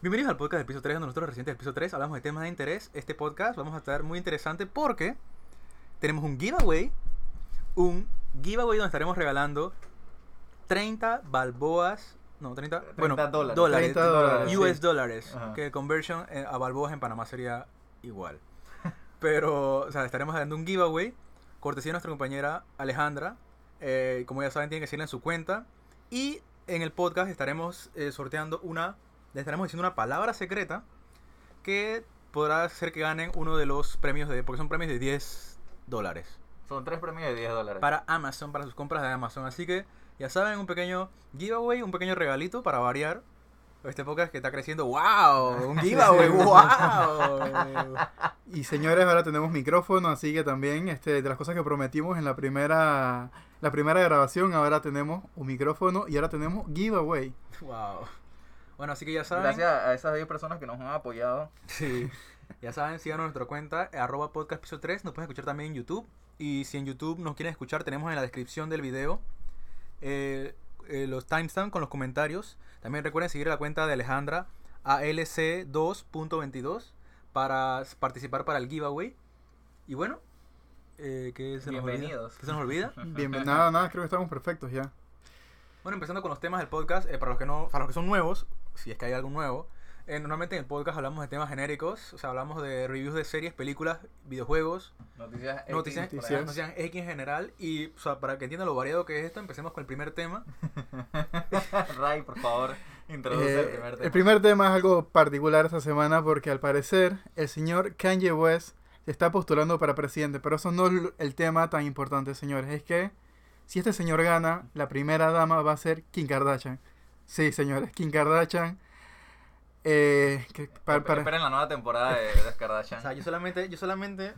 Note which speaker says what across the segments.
Speaker 1: Bienvenidos al podcast del piso 3, donde nosotros recientes del piso 3 hablamos de temas de interés. Este podcast vamos a estar muy interesante porque tenemos un giveaway. Un giveaway donde estaremos regalando 30 balboas. No, 30,
Speaker 2: 30
Speaker 1: bueno,
Speaker 2: dólares.
Speaker 3: 30 dólares,
Speaker 1: US
Speaker 3: sí.
Speaker 1: dólares.
Speaker 2: Ajá.
Speaker 1: Que conversion eh, a balboas en Panamá sería igual. Pero, o sea, estaremos dando un giveaway. Cortesía de nuestra compañera Alejandra. Eh, como ya saben, tienen que seguirla en su cuenta. Y en el podcast estaremos eh, sorteando una. Le estaremos diciendo una palabra secreta que podrá hacer que ganen uno de los premios de. Porque son premios de 10 dólares
Speaker 2: Son tres premios de 10 dólares.
Speaker 1: para Amazon, para sus compras de Amazon. Así que ya saben, un pequeño giveaway, un pequeño regalito para variar. Este podcast que está creciendo, ¡wow! ¡Un giveaway! ¡Wow!
Speaker 3: Y señores, ahora tenemos micrófono, así que también este, de las cosas que prometimos en la primera, la primera grabación, ahora tenemos un micrófono y ahora tenemos giveaway.
Speaker 1: ¡Wow! Bueno, así que ya saben.
Speaker 2: Gracias a esas 10 personas que nos han apoyado.
Speaker 1: Sí. Ya saben, síganos en nuestra cuenta, eh, arroba podcast piso 3. Nos pueden escuchar también en YouTube. Y si en YouTube nos quieren escuchar, tenemos en la descripción del video eh, eh, los timestamps con los comentarios. También recuerden seguir la cuenta de Alejandra, ALC2.22, para s- participar para el giveaway. Y bueno, eh, ¿qué se nos olvida?
Speaker 2: Bienvenidos.
Speaker 1: ¿Qué se nos olvida?
Speaker 3: Bien, nada, nada, creo que estamos perfectos ya.
Speaker 1: Bueno, empezando con los temas del podcast, eh, para los que no, para los que son nuevos, si es que hay algo nuevo, eh, normalmente en el podcast hablamos de temas genéricos, o sea, hablamos de reviews de series, películas, videojuegos,
Speaker 2: Noticias. X,
Speaker 1: noticias,
Speaker 2: por
Speaker 3: noticias.
Speaker 2: allá.
Speaker 1: noticias X en general, y o sea, para que entiendan lo variado que es esto, empecemos con el primer tema.
Speaker 2: Ray, por favor, introduce
Speaker 3: Eh,
Speaker 2: el primer tema.
Speaker 3: el primer tema es algo particular esta semana porque al parecer el señor Kanye West se está postulando para presidente, pero eso no es l- el tema tan importante, señores. Es que si este señor gana, la primera dama va a ser Kim Kardashian. Sí, señores, Kim Kardashian. eh, que pa-
Speaker 2: Espe-
Speaker 3: para-
Speaker 2: Esperen la nueva temporada de, de Kardashian.
Speaker 1: O sea, yo solamente, yo solamente,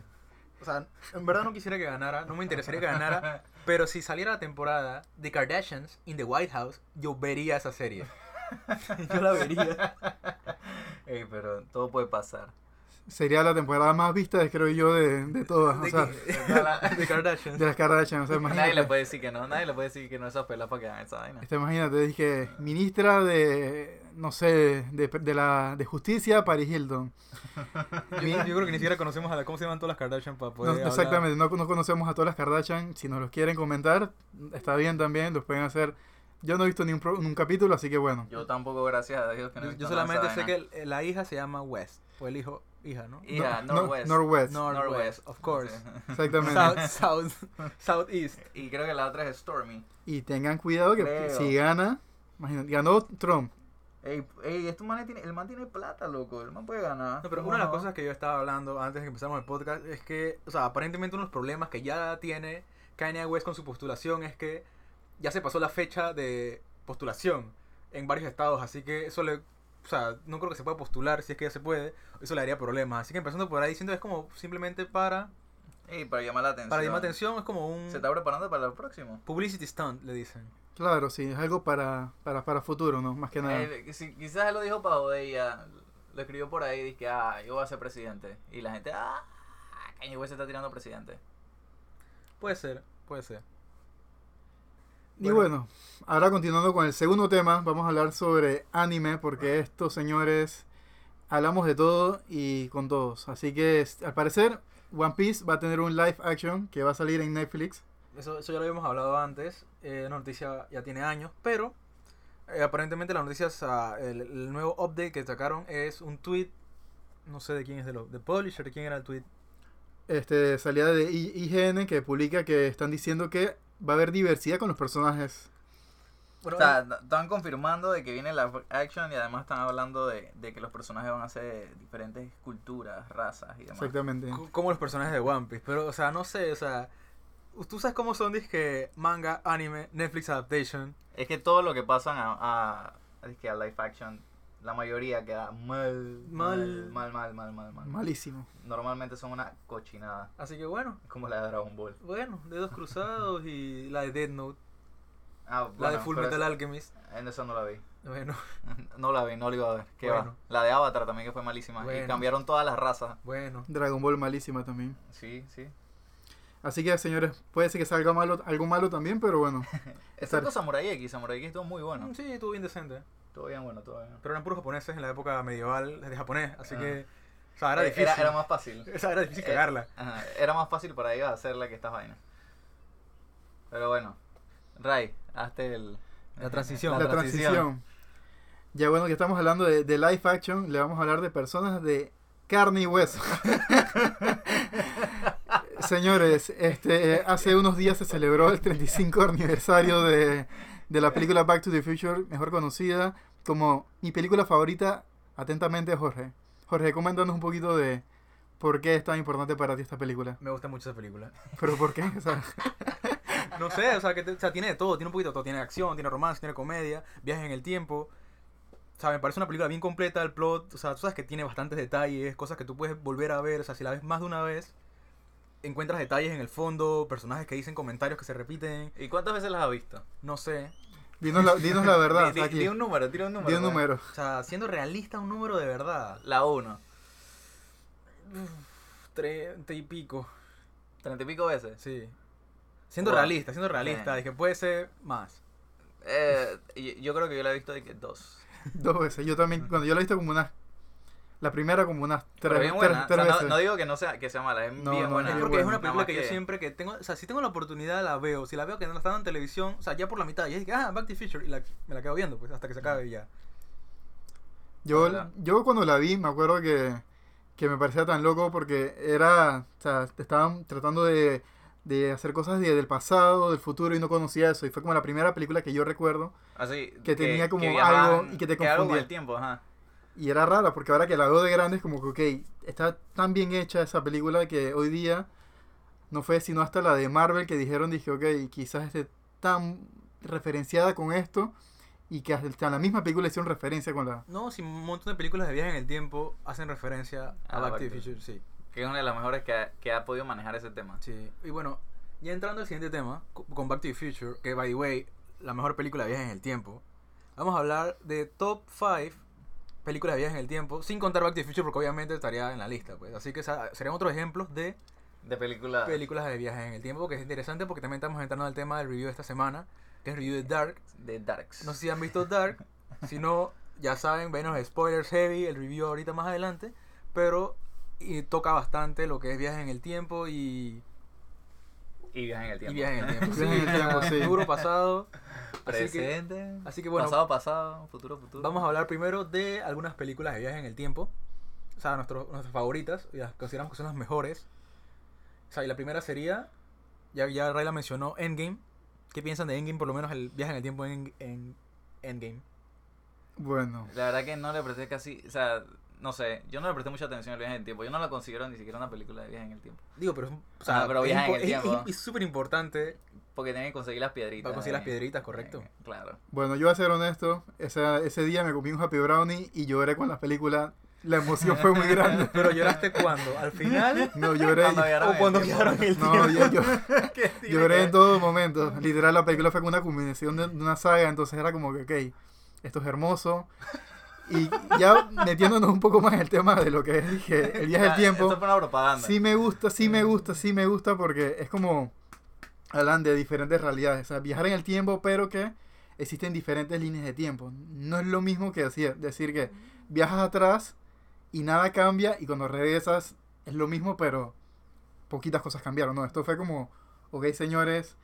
Speaker 1: o sea, en verdad no quisiera que ganara, no me interesaría que ganara, pero si saliera la temporada de Kardashians in the White House, yo vería esa serie. yo la vería.
Speaker 2: Ey, pero todo puede pasar.
Speaker 3: Sería la temporada más vista, creo yo, de, de todas. o
Speaker 1: De,
Speaker 3: sea,
Speaker 1: de Kardashians.
Speaker 3: de las Kardashian. O sea,
Speaker 2: Nadie le
Speaker 3: imagínate,
Speaker 2: puede decir que no, nadie le puede decir que no a esas pelas para que hagan esa vaina.
Speaker 3: este, imagínate, dije, ministra de, no sé, de, de la, de justicia, Paris Hilton.
Speaker 1: Yo, yo creo que ni siquiera conocemos a la, cómo se llaman todas las Kardashian para
Speaker 3: No,
Speaker 1: poder. hablar.
Speaker 3: exactamente, no, no conocemos a todas las Kardashian. Si nos los quieren comentar, está bien también, los pueden hacer. Yo no he visto ni un, pro- ni un capítulo, así que bueno.
Speaker 2: Yo tampoco, gracias a Dios, que no he
Speaker 1: Yo, yo
Speaker 2: visto nada de
Speaker 1: solamente
Speaker 2: esa
Speaker 1: sé que
Speaker 2: vaina.
Speaker 1: el- la hija se llama West. O el hijo, hija, ¿no?
Speaker 2: Hija,
Speaker 3: No- no-
Speaker 2: Northwest.
Speaker 3: Northwest,
Speaker 1: Northwest, of course.
Speaker 2: Sí.
Speaker 3: exactamente.
Speaker 1: South, south, southeast.
Speaker 2: Y creo que la otra es Stormy.
Speaker 3: Y tengan cuidado que
Speaker 2: Creo.
Speaker 3: si gana, imagínate, ganó Trump.
Speaker 2: Ey, ey, este man tiene, el man tiene plata, loco. El man puede ganar.
Speaker 1: No, pero
Speaker 2: ¿Cómo
Speaker 1: una de las
Speaker 2: no?
Speaker 1: cosas que yo estaba hablando antes de que empezáramos el podcast es que, o sea, aparentemente uno de los problemas que ya tiene Kanye West con su postulación es que ya se pasó la fecha de postulación en varios estados, así que eso le. O sea, no creo que se pueda postular si es que ya se puede, eso le haría problemas. Así que empezando por ahí, diciendo es como simplemente para.
Speaker 2: Ey, para llamar la atención.
Speaker 1: Para llamar atención, es como un.
Speaker 2: Se está preparando para el próximo.
Speaker 1: Publicity stunt, le dicen.
Speaker 3: Claro, sí, es algo para, para, para futuro, ¿no? Más que nada.
Speaker 2: Ey, Eh, si- quizás él lo dijo para joder y ya. Lo escribió por ahí, dice que ah, yo voy a ser presidente. Y la gente, ah, Kanye West se está tirando presidente.
Speaker 1: Puede ser, puede ser.
Speaker 3: Y bueno, ahora continuando con el segundo tema, vamos a hablar sobre anime, porque estos señores hablamos de todo y con todos. Así que es- al parecer, One Piece va a tener un live action que va a salir en Netflix.
Speaker 1: Eso, eso ya lo habíamos hablado antes. eh, la noticia ya tiene años, pero eh, aparentemente las noticias, ah, el, el nuevo update que sacaron es un tweet. No sé de quién es de, lo, de Publisher, quién era el tweet.
Speaker 3: Este, salida de I- IGN que publica que están diciendo que va a haber diversidad con los personajes.
Speaker 1: Bueno,
Speaker 2: o sea, t- están confirmando de que viene la action y además están hablando de, de que los personajes van a ser de diferentes culturas, razas y demás.
Speaker 3: Exactamente.
Speaker 1: c- como los personajes de One Piece, pero, o sea, no sé, o sea, tú sabes cómo son, que manga, anime, Netflix adaptation.
Speaker 2: Es que todo lo que pasan a, a, es que a live action, la mayoría queda mal,
Speaker 1: Mal.
Speaker 2: mal, mal, mal, mal, mal, mal.
Speaker 3: Malísimo.
Speaker 2: Normalmente son una cochinada,
Speaker 1: Así que bueno,
Speaker 2: como la de Dragon Ball.
Speaker 1: bueno, Dedos Cruzados y la de Dead Note,
Speaker 2: Ah,
Speaker 1: la de
Speaker 2: bueno,
Speaker 1: Full
Speaker 2: pero
Speaker 1: Metal
Speaker 2: esa-
Speaker 1: Alchemist.
Speaker 2: En esa no la vi.
Speaker 1: Bueno,
Speaker 2: No la vi, no la iba a ver. ¿Qué
Speaker 1: Bueno.
Speaker 2: va? La de Avatar también que fue malísima.
Speaker 1: Bueno.
Speaker 2: Y cambiaron todas las razas.
Speaker 1: bueno.
Speaker 3: Dragon Ball malísima también.
Speaker 2: Sí, sí.
Speaker 3: Así que señores, puede ser que salga malo, algo malo también, pero bueno.
Speaker 2: Excepto Samurai X. Samurai X estuvo muy bueno.
Speaker 1: Mm. Sí, estuvo bien decente.
Speaker 2: Todo bien, bueno, todo bien.
Speaker 1: Pero eran puros japoneses en la época medieval de japonés, así
Speaker 2: Ah.
Speaker 1: que. O sea, era
Speaker 2: Eh,
Speaker 1: difícil.
Speaker 2: Era, más fácil.
Speaker 1: O sea, era difícil
Speaker 2: Eh,
Speaker 1: cagarla.
Speaker 2: Ajá, era más fácil para ellos hacerla que estas vainas. Pero bueno, Ray, hazte el...
Speaker 4: La transición.
Speaker 3: La, transición. Ya bueno, que estamos hablando de, de live action, le vamos a hablar de personas de carne y hueso. Señores, este, hace unos días se celebró el 35 aniversario de, de la película Back to the Future, mejor conocida como mi película favorita, atentamente Jorge. Jorge, coméntanos un poquito de por qué es tan importante para ti esta película.
Speaker 1: Me gusta mucho esa película.
Speaker 3: Pero por qué, o sea,
Speaker 1: No sé, o sea, que te- o sea, tiene de todo, tiene un poquito de todo. Tiene acción, tiene romance, tiene comedia, viajes en el tiempo. O sea, me parece una película bien completa el plot. O sea, tú sabes que tiene bastantes detalles, cosas que tú puedes volver a ver. O sea, si la ves más de una vez, encuentras detalles en el fondo, personajes que dicen comentarios que se repiten.
Speaker 2: ¿Y cuántas veces las has visto?
Speaker 1: No sé.
Speaker 3: dinos la, dinos la verdad.
Speaker 2: Di, di-
Speaker 3: aquí.
Speaker 2: di un número, tira un número.
Speaker 3: Di un
Speaker 2: pues.
Speaker 3: número.
Speaker 1: O sea, siendo realista, un número de verdad.
Speaker 2: La 1.
Speaker 1: Treinta y pico.
Speaker 2: Treinta y pico veces.
Speaker 1: Sí. Siendo
Speaker 2: Wow.
Speaker 1: realista, siendo realista.
Speaker 2: Bien.
Speaker 1: Dije, puede ser más.
Speaker 2: Eh, y- yo creo que yo la he visto de que dos.
Speaker 3: Dos veces. Yo también, cuando yo la he visto como unas. La primera como unas
Speaker 2: Pero
Speaker 3: tres,
Speaker 2: bien
Speaker 3: tres-
Speaker 2: buena. O
Speaker 3: tres
Speaker 2: sea, no,
Speaker 3: veces.
Speaker 2: no digo que no sea, que sea mala, es
Speaker 3: No,
Speaker 2: bien
Speaker 3: no,
Speaker 2: buena.
Speaker 1: es
Speaker 3: Ah,
Speaker 1: porque es
Speaker 3: bueno.
Speaker 1: una película
Speaker 2: Nada más
Speaker 1: que, yo siempre que tengo, o sea, si tengo la oportunidad la veo, si la veo que no la están en televisión, o sea, ya por la mitad, ya dije, ah, Back to the Future, y la, me la quedo viendo, pues, hasta que se acabe y ya.
Speaker 3: Yo,
Speaker 2: Ojalá.
Speaker 3: yo cuando la vi me acuerdo que, que me parecía tan loco porque era, o sea, te estaban tratando de, de hacer cosas de- del pasado, del futuro y no conocía eso. Y fue como la primera película que yo recuerdo.
Speaker 2: Así,
Speaker 3: que tenía como
Speaker 2: viajaban-
Speaker 3: algo y que te
Speaker 2: algo con
Speaker 3: confundía.
Speaker 2: el tiempo, ajá.
Speaker 3: Y era rara porque ahora que la veo de grande es como que, ok, está tan bien hecha esa película que hoy día no fue sino hasta la de Marvel que dijeron, dije, ok, quizás esté tan referenciada con esto y que hasta en la misma película hicieron referencia con la...
Speaker 1: No, si un montón de películas de viaje en el tiempo hacen referencia a
Speaker 2: Ah,
Speaker 1: Back to the Future, sí.
Speaker 2: Que es una de las mejores que ha, que ha podido manejar ese tema.
Speaker 1: Sí. Y bueno, ya entrando al siguiente tema, co- con Back to the Future, que by the way, la mejor película de viajes en el tiempo, vamos a hablar de top 5 películas de viajes en el tiempo, sin contar Back to the Future, porque obviamente estaría en la lista, pues. Así que esa- serían otros ejemplos de
Speaker 2: De película.
Speaker 1: películas de viajes en el tiempo, que es interesante porque también estamos entrando al tema del review de esta semana, que es review de Dark.
Speaker 2: de Darks.
Speaker 1: No sé si han visto Dark, si no, ya saben, venos spoilers heavy, el review ahorita más adelante, pero y toca bastante lo que es viajes en el tiempo y,
Speaker 2: Y viajan en el
Speaker 1: y
Speaker 2: tiempo.
Speaker 1: viajes en el tiempo.
Speaker 3: Viajes en el tiempo, sí.
Speaker 1: Futuro, pasado. Así que,
Speaker 2: Presente.
Speaker 1: así que bueno.
Speaker 2: Pasado, pasado, futuro, futuro.
Speaker 1: vamos a hablar primero de algunas películas de viajes en el tiempo, o sea, nuestros- nuestras favoritas, y las consideramos que son las mejores. O sea, y la primera sería, ya, ya Ray la mencionó, Endgame. ¿Qué piensan de Endgame? Por lo menos el viaje en el tiempo en, en Endgame.
Speaker 3: Bueno.
Speaker 2: La verdad que no le presté casi, o sea, no sé, yo no le presté mucha atención al viaje en el tiempo. Yo no la considero ni siquiera una película de viaje en el tiempo.
Speaker 1: Digo, pero es un- o sea,
Speaker 2: Ah, pero
Speaker 1: es
Speaker 2: viajes en
Speaker 1: impo-
Speaker 2: el
Speaker 1: es-
Speaker 2: tiempo.
Speaker 1: es- es súper importante
Speaker 2: Porque tenía que conseguir las piedritas.
Speaker 1: para conseguir las
Speaker 2: eh.
Speaker 1: piedritas, correcto.
Speaker 2: Eh, claro.
Speaker 3: Bueno, yo voy a ser honesto, esa- ese día me comí un Happy Brownie y lloré con la película. La emoción fue muy grande.
Speaker 1: Pero lloraste cuando? ¿Al final?
Speaker 3: No, lloré.
Speaker 2: Cuando viajaron en
Speaker 1: ¿O
Speaker 2: el
Speaker 1: cuando
Speaker 2: tiempo.
Speaker 1: viajaron el tiempo?
Speaker 3: No, yo, yo-
Speaker 2: ¿Qué tiene que
Speaker 3: lloré
Speaker 2: ver?
Speaker 3: en todo momento. Literal, la película fue como una combinación de de una saga, entonces era como que, ok, esto es hermoso. Y ya metiéndonos un poco más en el tema de lo que es dije, el viaje
Speaker 2: Ah,
Speaker 3: al tiempo.
Speaker 2: Esto fue una propaganda.
Speaker 3: Sí me gusta, sí me gusta, sí me gusta porque es como hablan de diferentes realidades, o sea, viajar en el tiempo, pero que existen diferentes líneas de tiempo. No es lo mismo que decir, decir que viajas atrás y nada cambia y cuando regresas es lo mismo, pero poquitas cosas cambiaron. No, esto fue como, ok señores,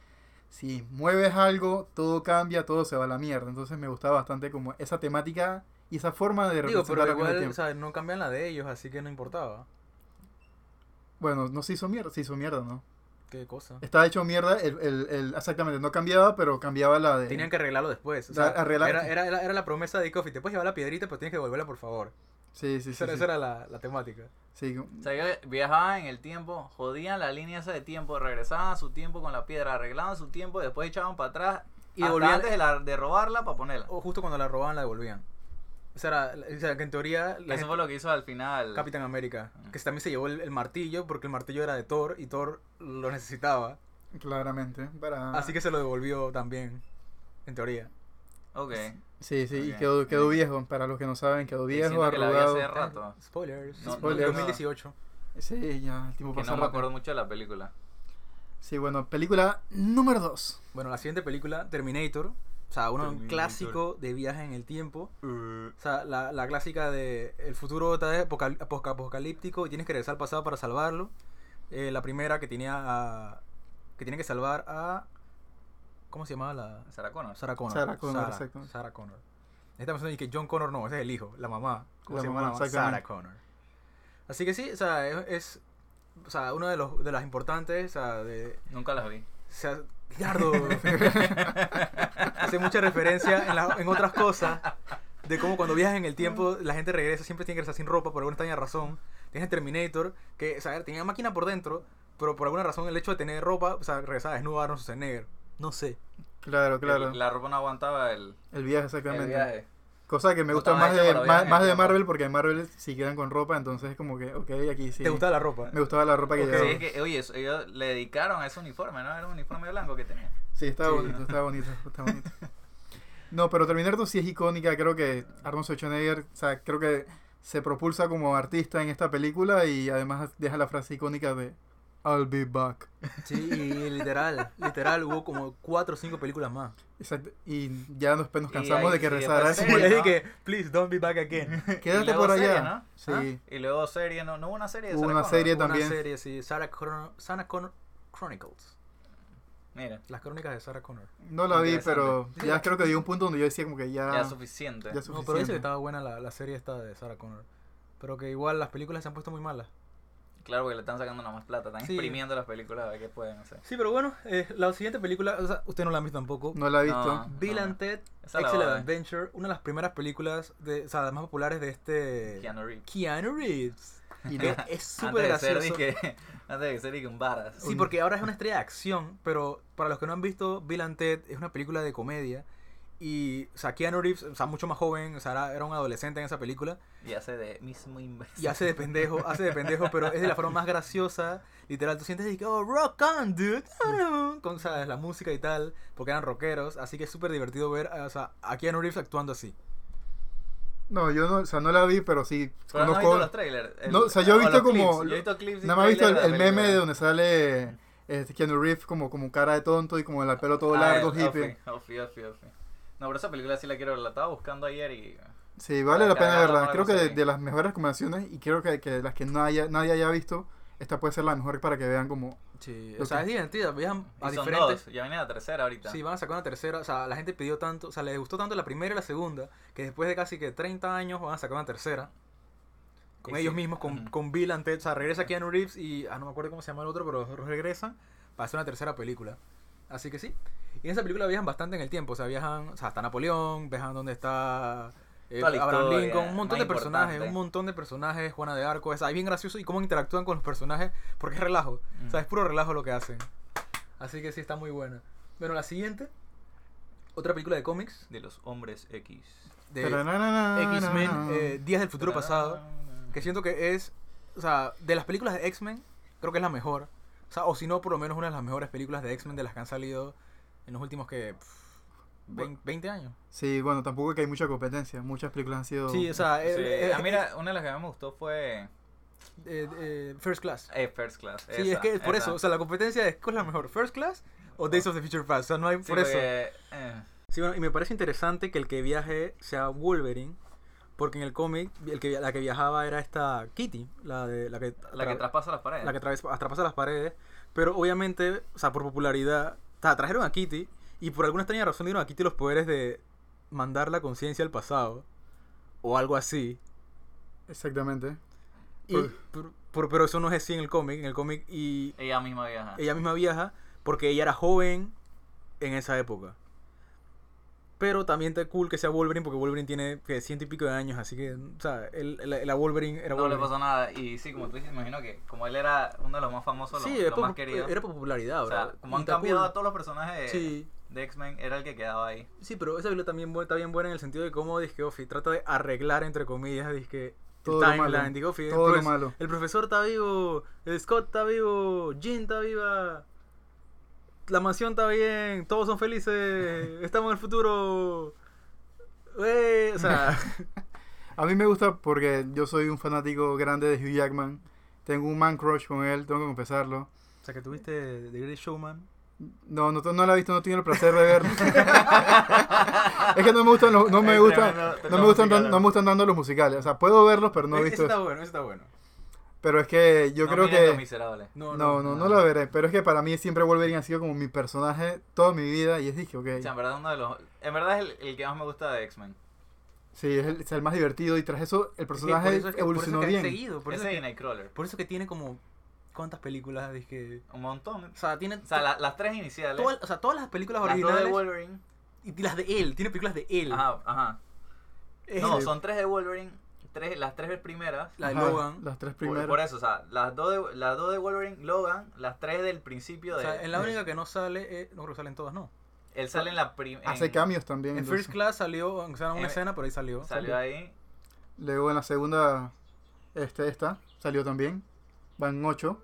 Speaker 3: si mueves algo, todo cambia, todo se va a la mierda. Entonces me gustaba bastante como esa temática y esa forma de
Speaker 1: Digo,
Speaker 3: representar
Speaker 1: pero
Speaker 3: algo en el
Speaker 1: igual, o
Speaker 3: tiempo.
Speaker 1: sea, no cambian la de ellos, así que no importaba.
Speaker 3: Bueno, no se hizo mierda, se hizo mierda, ¿no?
Speaker 1: Qué cosa.
Speaker 3: Estaba hecho mierda, el, el, el- exactamente, no cambiaba, pero cambiaba la de...
Speaker 1: Tenían que arreglarlo después. O
Speaker 3: Da-
Speaker 1: sea,
Speaker 3: arreglar-
Speaker 1: era, era, era- era la promesa de Coffee. Te puedes llevar la piedrita, pero tienes que devolverla, por favor.
Speaker 3: Sí, sí, sí.
Speaker 1: esa, era-
Speaker 3: sí.
Speaker 1: esa era la, la temática.
Speaker 3: Sí,
Speaker 2: O sea, que viajaban en el tiempo, jodían la línea esa de tiempo, regresaban a su tiempo con la piedra, arreglaban su tiempo y después echaban para atrás
Speaker 1: Y
Speaker 2: y
Speaker 1: devolvían-
Speaker 2: antes de, la- de robarla para ponerla.
Speaker 3: Oh,
Speaker 1: O justo cuando la robaban, la devolvían. Esa era, la- o sea, que en teoría, la
Speaker 2: Eso fue lo que hizo al final.
Speaker 1: gente- Capitán América, que también se llevó el, el martillo, porque el martillo era de Thor y Thor lo necesitaba.
Speaker 3: claramente. Para...
Speaker 2: Ah.
Speaker 1: Así que se lo devolvió también, en teoría.
Speaker 2: Ok.
Speaker 3: Sí, sí, y
Speaker 2: Ok.
Speaker 3: quedó, quedó viejo, para los que no saben, quedó viejo,
Speaker 2: Diciendo que la vi
Speaker 3: arrugado.
Speaker 2: hace rato.
Speaker 1: Eh, Spoilers.
Speaker 2: No, no,
Speaker 3: Spoilers.
Speaker 1: 2018.
Speaker 3: Sí, ya, el tipo
Speaker 2: Que
Speaker 3: pasa
Speaker 2: no me
Speaker 3: rápido.
Speaker 2: acuerdo mucho de la película.
Speaker 3: Sí, bueno, película número 2.
Speaker 1: Bueno, la siguiente película, Terminator. O sea, uno un
Speaker 2: Terminator.
Speaker 1: clásico de viaje en el tiempo.
Speaker 3: Uh.
Speaker 1: O sea, la, la clásica de el futuro está apocal- apoca- apocalíptico y tienes que regresar al pasado para salvarlo. Eh, la primera que tenía a, que tiene que salvar a ¿cómo se llamaba la
Speaker 2: Sarah Connor.
Speaker 1: Sarah Connor?
Speaker 3: Sarah Connor,
Speaker 1: Sarah,
Speaker 3: exactamente.
Speaker 1: Sarah Connor. Estamos diciendo que John Connor no, ese es el hijo, la mamá. ¿Cómo
Speaker 3: La
Speaker 1: se llama?
Speaker 3: mamá,
Speaker 1: la mamá? Sarah
Speaker 3: exactamente.
Speaker 1: Connor. Así que sí, o sea, es, es- o sea, una de los de las importantes, o sea, de
Speaker 2: Nunca las vi.
Speaker 1: o sea, Yardo hace mucha referencia en, la- en otras cosas de cómo cuando viajas en el tiempo la gente regresa, siempre tiene que regresar sin ropa por alguna extraña razón. Tienes Terminator, que, o sea, tenía máquina por dentro, pero por alguna razón el hecho de tener ropa, o sea, regresaba desnudo a Arnold Schwarzenegger. No sé.
Speaker 3: Claro, claro.
Speaker 2: La ropa no aguantaba el,
Speaker 3: El viaje,
Speaker 2: el
Speaker 3: exactamente.
Speaker 2: viaje.
Speaker 3: Cosa que me
Speaker 2: No
Speaker 3: gusta
Speaker 2: estaba
Speaker 3: más
Speaker 2: hecho
Speaker 3: de,
Speaker 2: para
Speaker 3: más,
Speaker 2: viajes,
Speaker 3: más de
Speaker 2: ¿no?
Speaker 3: Marvel, porque en Marvel si quedan con ropa, entonces es como que, ok, aquí sí.
Speaker 1: ¿Te gustaba la ropa?
Speaker 3: Me gustaba la ropa que
Speaker 1: Ok.
Speaker 2: Sí,
Speaker 3: llevaba.
Speaker 2: es que, oye, eso- ellos le dedicaron a ese uniforme, ¿no? Era un uniforme blanco que tenía.
Speaker 3: Sí, estaba
Speaker 1: Sí.
Speaker 3: bonito, estaba bonito, estaba bonito. No, pero Terminator sí es icónica, creo que Arnold Schwarzenegger, o sea, creo que se propulsa como artista en esta película y además deja la frase icónica de I'll be back.
Speaker 1: Sí, y literal, literal, hubo como cuatro o cinco películas más.
Speaker 3: Exacto, Y ya nos, nos
Speaker 2: Y
Speaker 3: cansamos
Speaker 2: ahí
Speaker 3: de que
Speaker 2: sí,
Speaker 3: rezara
Speaker 2: después
Speaker 3: así.
Speaker 1: Como
Speaker 2: serie,
Speaker 1: les
Speaker 2: ¿no?
Speaker 1: dije, please don't be back again.
Speaker 3: Quédate
Speaker 2: Y luego
Speaker 3: por allá.
Speaker 2: serie, ¿no?
Speaker 3: Sí.
Speaker 2: ¿Ah? Y luego serie, ¿no? No hubo una serie de
Speaker 3: Hubo
Speaker 2: Sarah
Speaker 3: una
Speaker 2: Connor?
Speaker 3: serie.
Speaker 1: Hubo
Speaker 3: también.
Speaker 1: Una serie, sí, Sarah Connor, Sarah Connor Chronicles.
Speaker 2: Mira,
Speaker 1: Las crónicas de Sarah Connor.
Speaker 3: No la vi, pero
Speaker 2: Interesante.
Speaker 3: ya creo que dio un punto donde yo decía como que ya...
Speaker 2: ya es suficiente.
Speaker 3: Ah, ya es
Speaker 1: No, pero dice
Speaker 3: suficiente.
Speaker 1: que estaba buena la, la serie esta de Sarah Connor. Pero que igual las películas se han puesto muy malas.
Speaker 2: Claro, porque le están sacando nada más plata. Están
Speaker 1: Sí.
Speaker 2: exprimiendo las películas a ver qué pueden hacer.
Speaker 1: Sí, pero bueno, eh, la siguiente película, o sea, usted no la ha visto tampoco.
Speaker 3: No la he visto.
Speaker 2: No.
Speaker 1: Bill
Speaker 2: no.
Speaker 1: and Ted,
Speaker 2: Esa la
Speaker 1: Excellent
Speaker 2: voy a ver.
Speaker 1: Adventure, una de las primeras películas, de, o sea, las más populares de este...
Speaker 2: Keanu Reeves.
Speaker 1: Keanu Reeves.
Speaker 3: Y
Speaker 1: Que
Speaker 3: no-
Speaker 1: es súper
Speaker 2: antes de ser,
Speaker 1: gracioso.
Speaker 2: dije- antes de ser dije un varas.
Speaker 1: Sí, porque ahora es una estrella de acción, pero para los que no han visto, Bill and Ted es una película de comedia. Y, o sea, Keanu Reeves, o sea, mucho más joven, o sea, era, era un adolescente en esa película.
Speaker 2: Y hace de mismo imbécil.
Speaker 1: Y hace de pendejo, hace de pendejo, pero es de la forma más graciosa. Literal, tú sientes y que, oh, rock on, dude. Con, ¿sabes? La música y tal, porque eran rockeros. Así que es súper divertido ver eh, o sea, a Keanu Reeves actuando así.
Speaker 3: No, yo no, o sea, no la vi, pero sí
Speaker 2: Pero no he
Speaker 3: conozco-
Speaker 2: visto los trailers. el-
Speaker 3: No, o sea, yo he visto
Speaker 2: los
Speaker 3: como-
Speaker 2: clips, Yo he visto clips y
Speaker 3: Nada más he visto el,
Speaker 2: trailers
Speaker 3: el
Speaker 2: la
Speaker 3: meme de
Speaker 2: película.
Speaker 3: donde sale este, Keanu Reeves como, como cara de tonto y como el pelo todo
Speaker 2: Ah,
Speaker 3: largo,
Speaker 2: el-
Speaker 3: hippie.
Speaker 2: Ofi, ofi, ofi, ofi. No, pero esa película sí la quiero ver. La estaba buscando ayer y.
Speaker 3: Sí, vale
Speaker 2: Ah,
Speaker 3: la pena
Speaker 2: cagado,
Speaker 3: verla.
Speaker 2: no la
Speaker 3: Creo que de,
Speaker 2: conseguí.
Speaker 3: de las mejores recomendaciones y creo que, que de las que no haya- nadie haya visto, esta puede ser la mejor para que vean como...
Speaker 1: Sí, o
Speaker 3: Ok.
Speaker 1: sea, es divertida. Viajan
Speaker 2: y
Speaker 1: a
Speaker 2: son
Speaker 1: diferentes.
Speaker 2: dos. Ya viene la tercera ahorita.
Speaker 1: Sí, van a sacar una tercera. O sea, la gente pidió tanto, o sea, les gustó tanto la primera y la segunda, que después de casi que 30 años van a sacar una tercera. Con
Speaker 2: Y
Speaker 1: ellos
Speaker 2: sí,
Speaker 1: mismos, con,
Speaker 2: ajá.
Speaker 1: con Bill and Ted. O sea, regresa Keanu Reeves y, ah, no me acuerdo cómo se llama el otro, pero los dos regresan para hacer una tercera película. Así que sí. Y en esa película viajan bastante en el tiempo. O sea, viajan, o sea, hasta Napoleón, viajan donde está eh,
Speaker 2: Toda la
Speaker 1: Abraham
Speaker 2: historia,
Speaker 1: Lincoln, un montón de
Speaker 2: más
Speaker 1: personajes,
Speaker 2: importante.
Speaker 1: un montón de personajes, Juana de Arco. Es ahí bien gracioso y cómo interactúan con los personajes, porque es relajo. O sea, es puro relajo lo que hacen. Así que sí, está muy buena. Bueno, la siguiente. Otra película de cómics.
Speaker 2: De los hombres X.
Speaker 1: De
Speaker 3: Taranana,
Speaker 1: X-Men, eh, Días del Futuro Pasado. Que
Speaker 2: Que
Speaker 1: siento que es... O sea, de las películas de X-Men, creo que es la mejor. O sea, o si no, por lo menos una de las mejores películas de X-Men de las que han salido en los últimos que... pff, vein- 20 años.
Speaker 3: Sí, bueno, tampoco es que hay mucha competencia. Muchas películas han sido...
Speaker 1: Sí, o sea, eh, eh,
Speaker 2: ah, mira, una de las que más me gustó fue
Speaker 1: eh, eh, First Class.
Speaker 2: eh, First Class.
Speaker 1: Sí, es
Speaker 2: esa,
Speaker 1: que es por
Speaker 2: esa.
Speaker 1: eso, o sea, la competencia es ¿cuál es la mejor? ¿First Class o Days of the Future Past? O sea, no hay
Speaker 2: Sí,
Speaker 1: por eso.
Speaker 2: porque, eh,
Speaker 1: Sí, bueno, y me parece interesante que el que viaje sea Wolverine, porque en el cómic el que, la que viajaba era esta Kitty, la, de, la que,
Speaker 2: la que
Speaker 1: tra-
Speaker 2: traspasa las paredes.
Speaker 1: la que atraviesa- atrapasa las paredes, pero obviamente, o sea, por popularidad, o sea, trajeron a Kitty y por alguna extraña razón dieron a Kitty los poderes de mandar la conciencia al pasado o algo así.
Speaker 3: Exactamente.
Speaker 1: Y,
Speaker 3: Pues-
Speaker 1: por- por- pero eso no es así en el cómic, en el cómic y
Speaker 2: Ella misma viaja.
Speaker 1: ella misma viaja porque ella era joven en esa época. Pero también está cool que sea Wolverine porque Wolverine tiene que ciento y pico de años, así que, o sea, el, el- la Wolverine era
Speaker 2: no le
Speaker 1: Wolverine.
Speaker 2: pasó nada. Y sí, como tú dices, imagino que como él era uno de los más famosos,
Speaker 1: sí,
Speaker 2: lo,
Speaker 1: era,
Speaker 2: lo
Speaker 1: por-
Speaker 2: más querido.
Speaker 1: era popularidad,
Speaker 2: o sea,
Speaker 1: bro. Y
Speaker 2: como han
Speaker 1: está
Speaker 2: cambiado
Speaker 1: cool.
Speaker 2: a todos los personajes de,
Speaker 1: Sí,
Speaker 2: de X-Men, era el que quedaba ahí.
Speaker 1: sí, pero esa película también bu- está bien buena en el sentido de cómo Disque Ofi trata de arreglar, entre comillas, Disque
Speaker 3: Todo lo
Speaker 1: el
Speaker 3: malo.
Speaker 1: timeline. Disque Ofi,
Speaker 3: Todo lo
Speaker 1: pues,
Speaker 3: malo.
Speaker 1: El profesor está vivo, el Scott está vivo, Jean está viva, la mansión está bien, todos son felices, estamos en el futuro. Wey, o sea,
Speaker 3: A mí me gusta porque yo soy un fanático grande de Hugh Jackman. Tengo un man crush con él, tengo que confesarlo.
Speaker 1: o sea que tuviste The Great Showman.
Speaker 3: No, no, no la he visto, no he tenido el placer de verla. es que no me gustan, los- no me
Speaker 2: Es
Speaker 3: gustan,
Speaker 2: tremendo
Speaker 3: no me
Speaker 2: musical,
Speaker 3: gustan, tan- no me gustan tanto los musicales. O sea, puedo verlos, pero no he
Speaker 1: Ese
Speaker 3: visto.
Speaker 1: Eh, está bueno, ese está bueno.
Speaker 3: Pero es que yo
Speaker 2: No
Speaker 3: creo
Speaker 2: miren Los
Speaker 3: que
Speaker 2: miserables.
Speaker 1: No,
Speaker 3: no,
Speaker 1: no.
Speaker 3: no, no, la veré. Pero es que para mí siempre Wolverine ha sido como mi personaje toda mi vida y es dije, ok.
Speaker 2: O sea, en verdad uno de los. En verdad es el, el que más me gusta de X-Men.
Speaker 3: Sí, es el, es el más divertido y tras eso el
Speaker 1: Es que por
Speaker 3: personaje
Speaker 1: eso es que- por
Speaker 3: evolucionó
Speaker 1: eso es que ha
Speaker 3: bien.
Speaker 1: seguido, por, eso
Speaker 2: Ese
Speaker 1: es
Speaker 2: y
Speaker 1: que,
Speaker 2: Nightcrawler.
Speaker 1: por eso que tiene como. ¿Cuántas películas? Dije,
Speaker 2: Un montón.
Speaker 1: o sea, tiene.
Speaker 2: O sea, la- las tres iniciales.
Speaker 1: toda- o sea, todas las películas
Speaker 2: las dos de
Speaker 1: originales.
Speaker 2: Wolverine.
Speaker 1: y las de él, tiene películas de él.
Speaker 2: Ajá, ajá.
Speaker 1: Es-
Speaker 2: No, son tres de Wolverine. Tres, las tres primeras.
Speaker 1: La de
Speaker 3: Ajá,
Speaker 1: Logan.
Speaker 3: Las tres
Speaker 2: Por-
Speaker 3: primeras.
Speaker 2: Por, eso, o sea, las dos, de, las dos de Wolverine, Logan, las tres del principio
Speaker 1: o
Speaker 2: de.
Speaker 1: sea, en la
Speaker 3: Sí.
Speaker 1: única que no sale, es, no creo que salen todas, no.
Speaker 2: Él sale en la primera.
Speaker 3: Hace cambios también.
Speaker 1: En
Speaker 3: entonces.
Speaker 1: First Class salió, aunque sea en
Speaker 2: En-
Speaker 1: una escena, pero ahí salió.
Speaker 2: Salió ahí.
Speaker 3: Luego en la segunda, este, esta, salió también. Van ocho.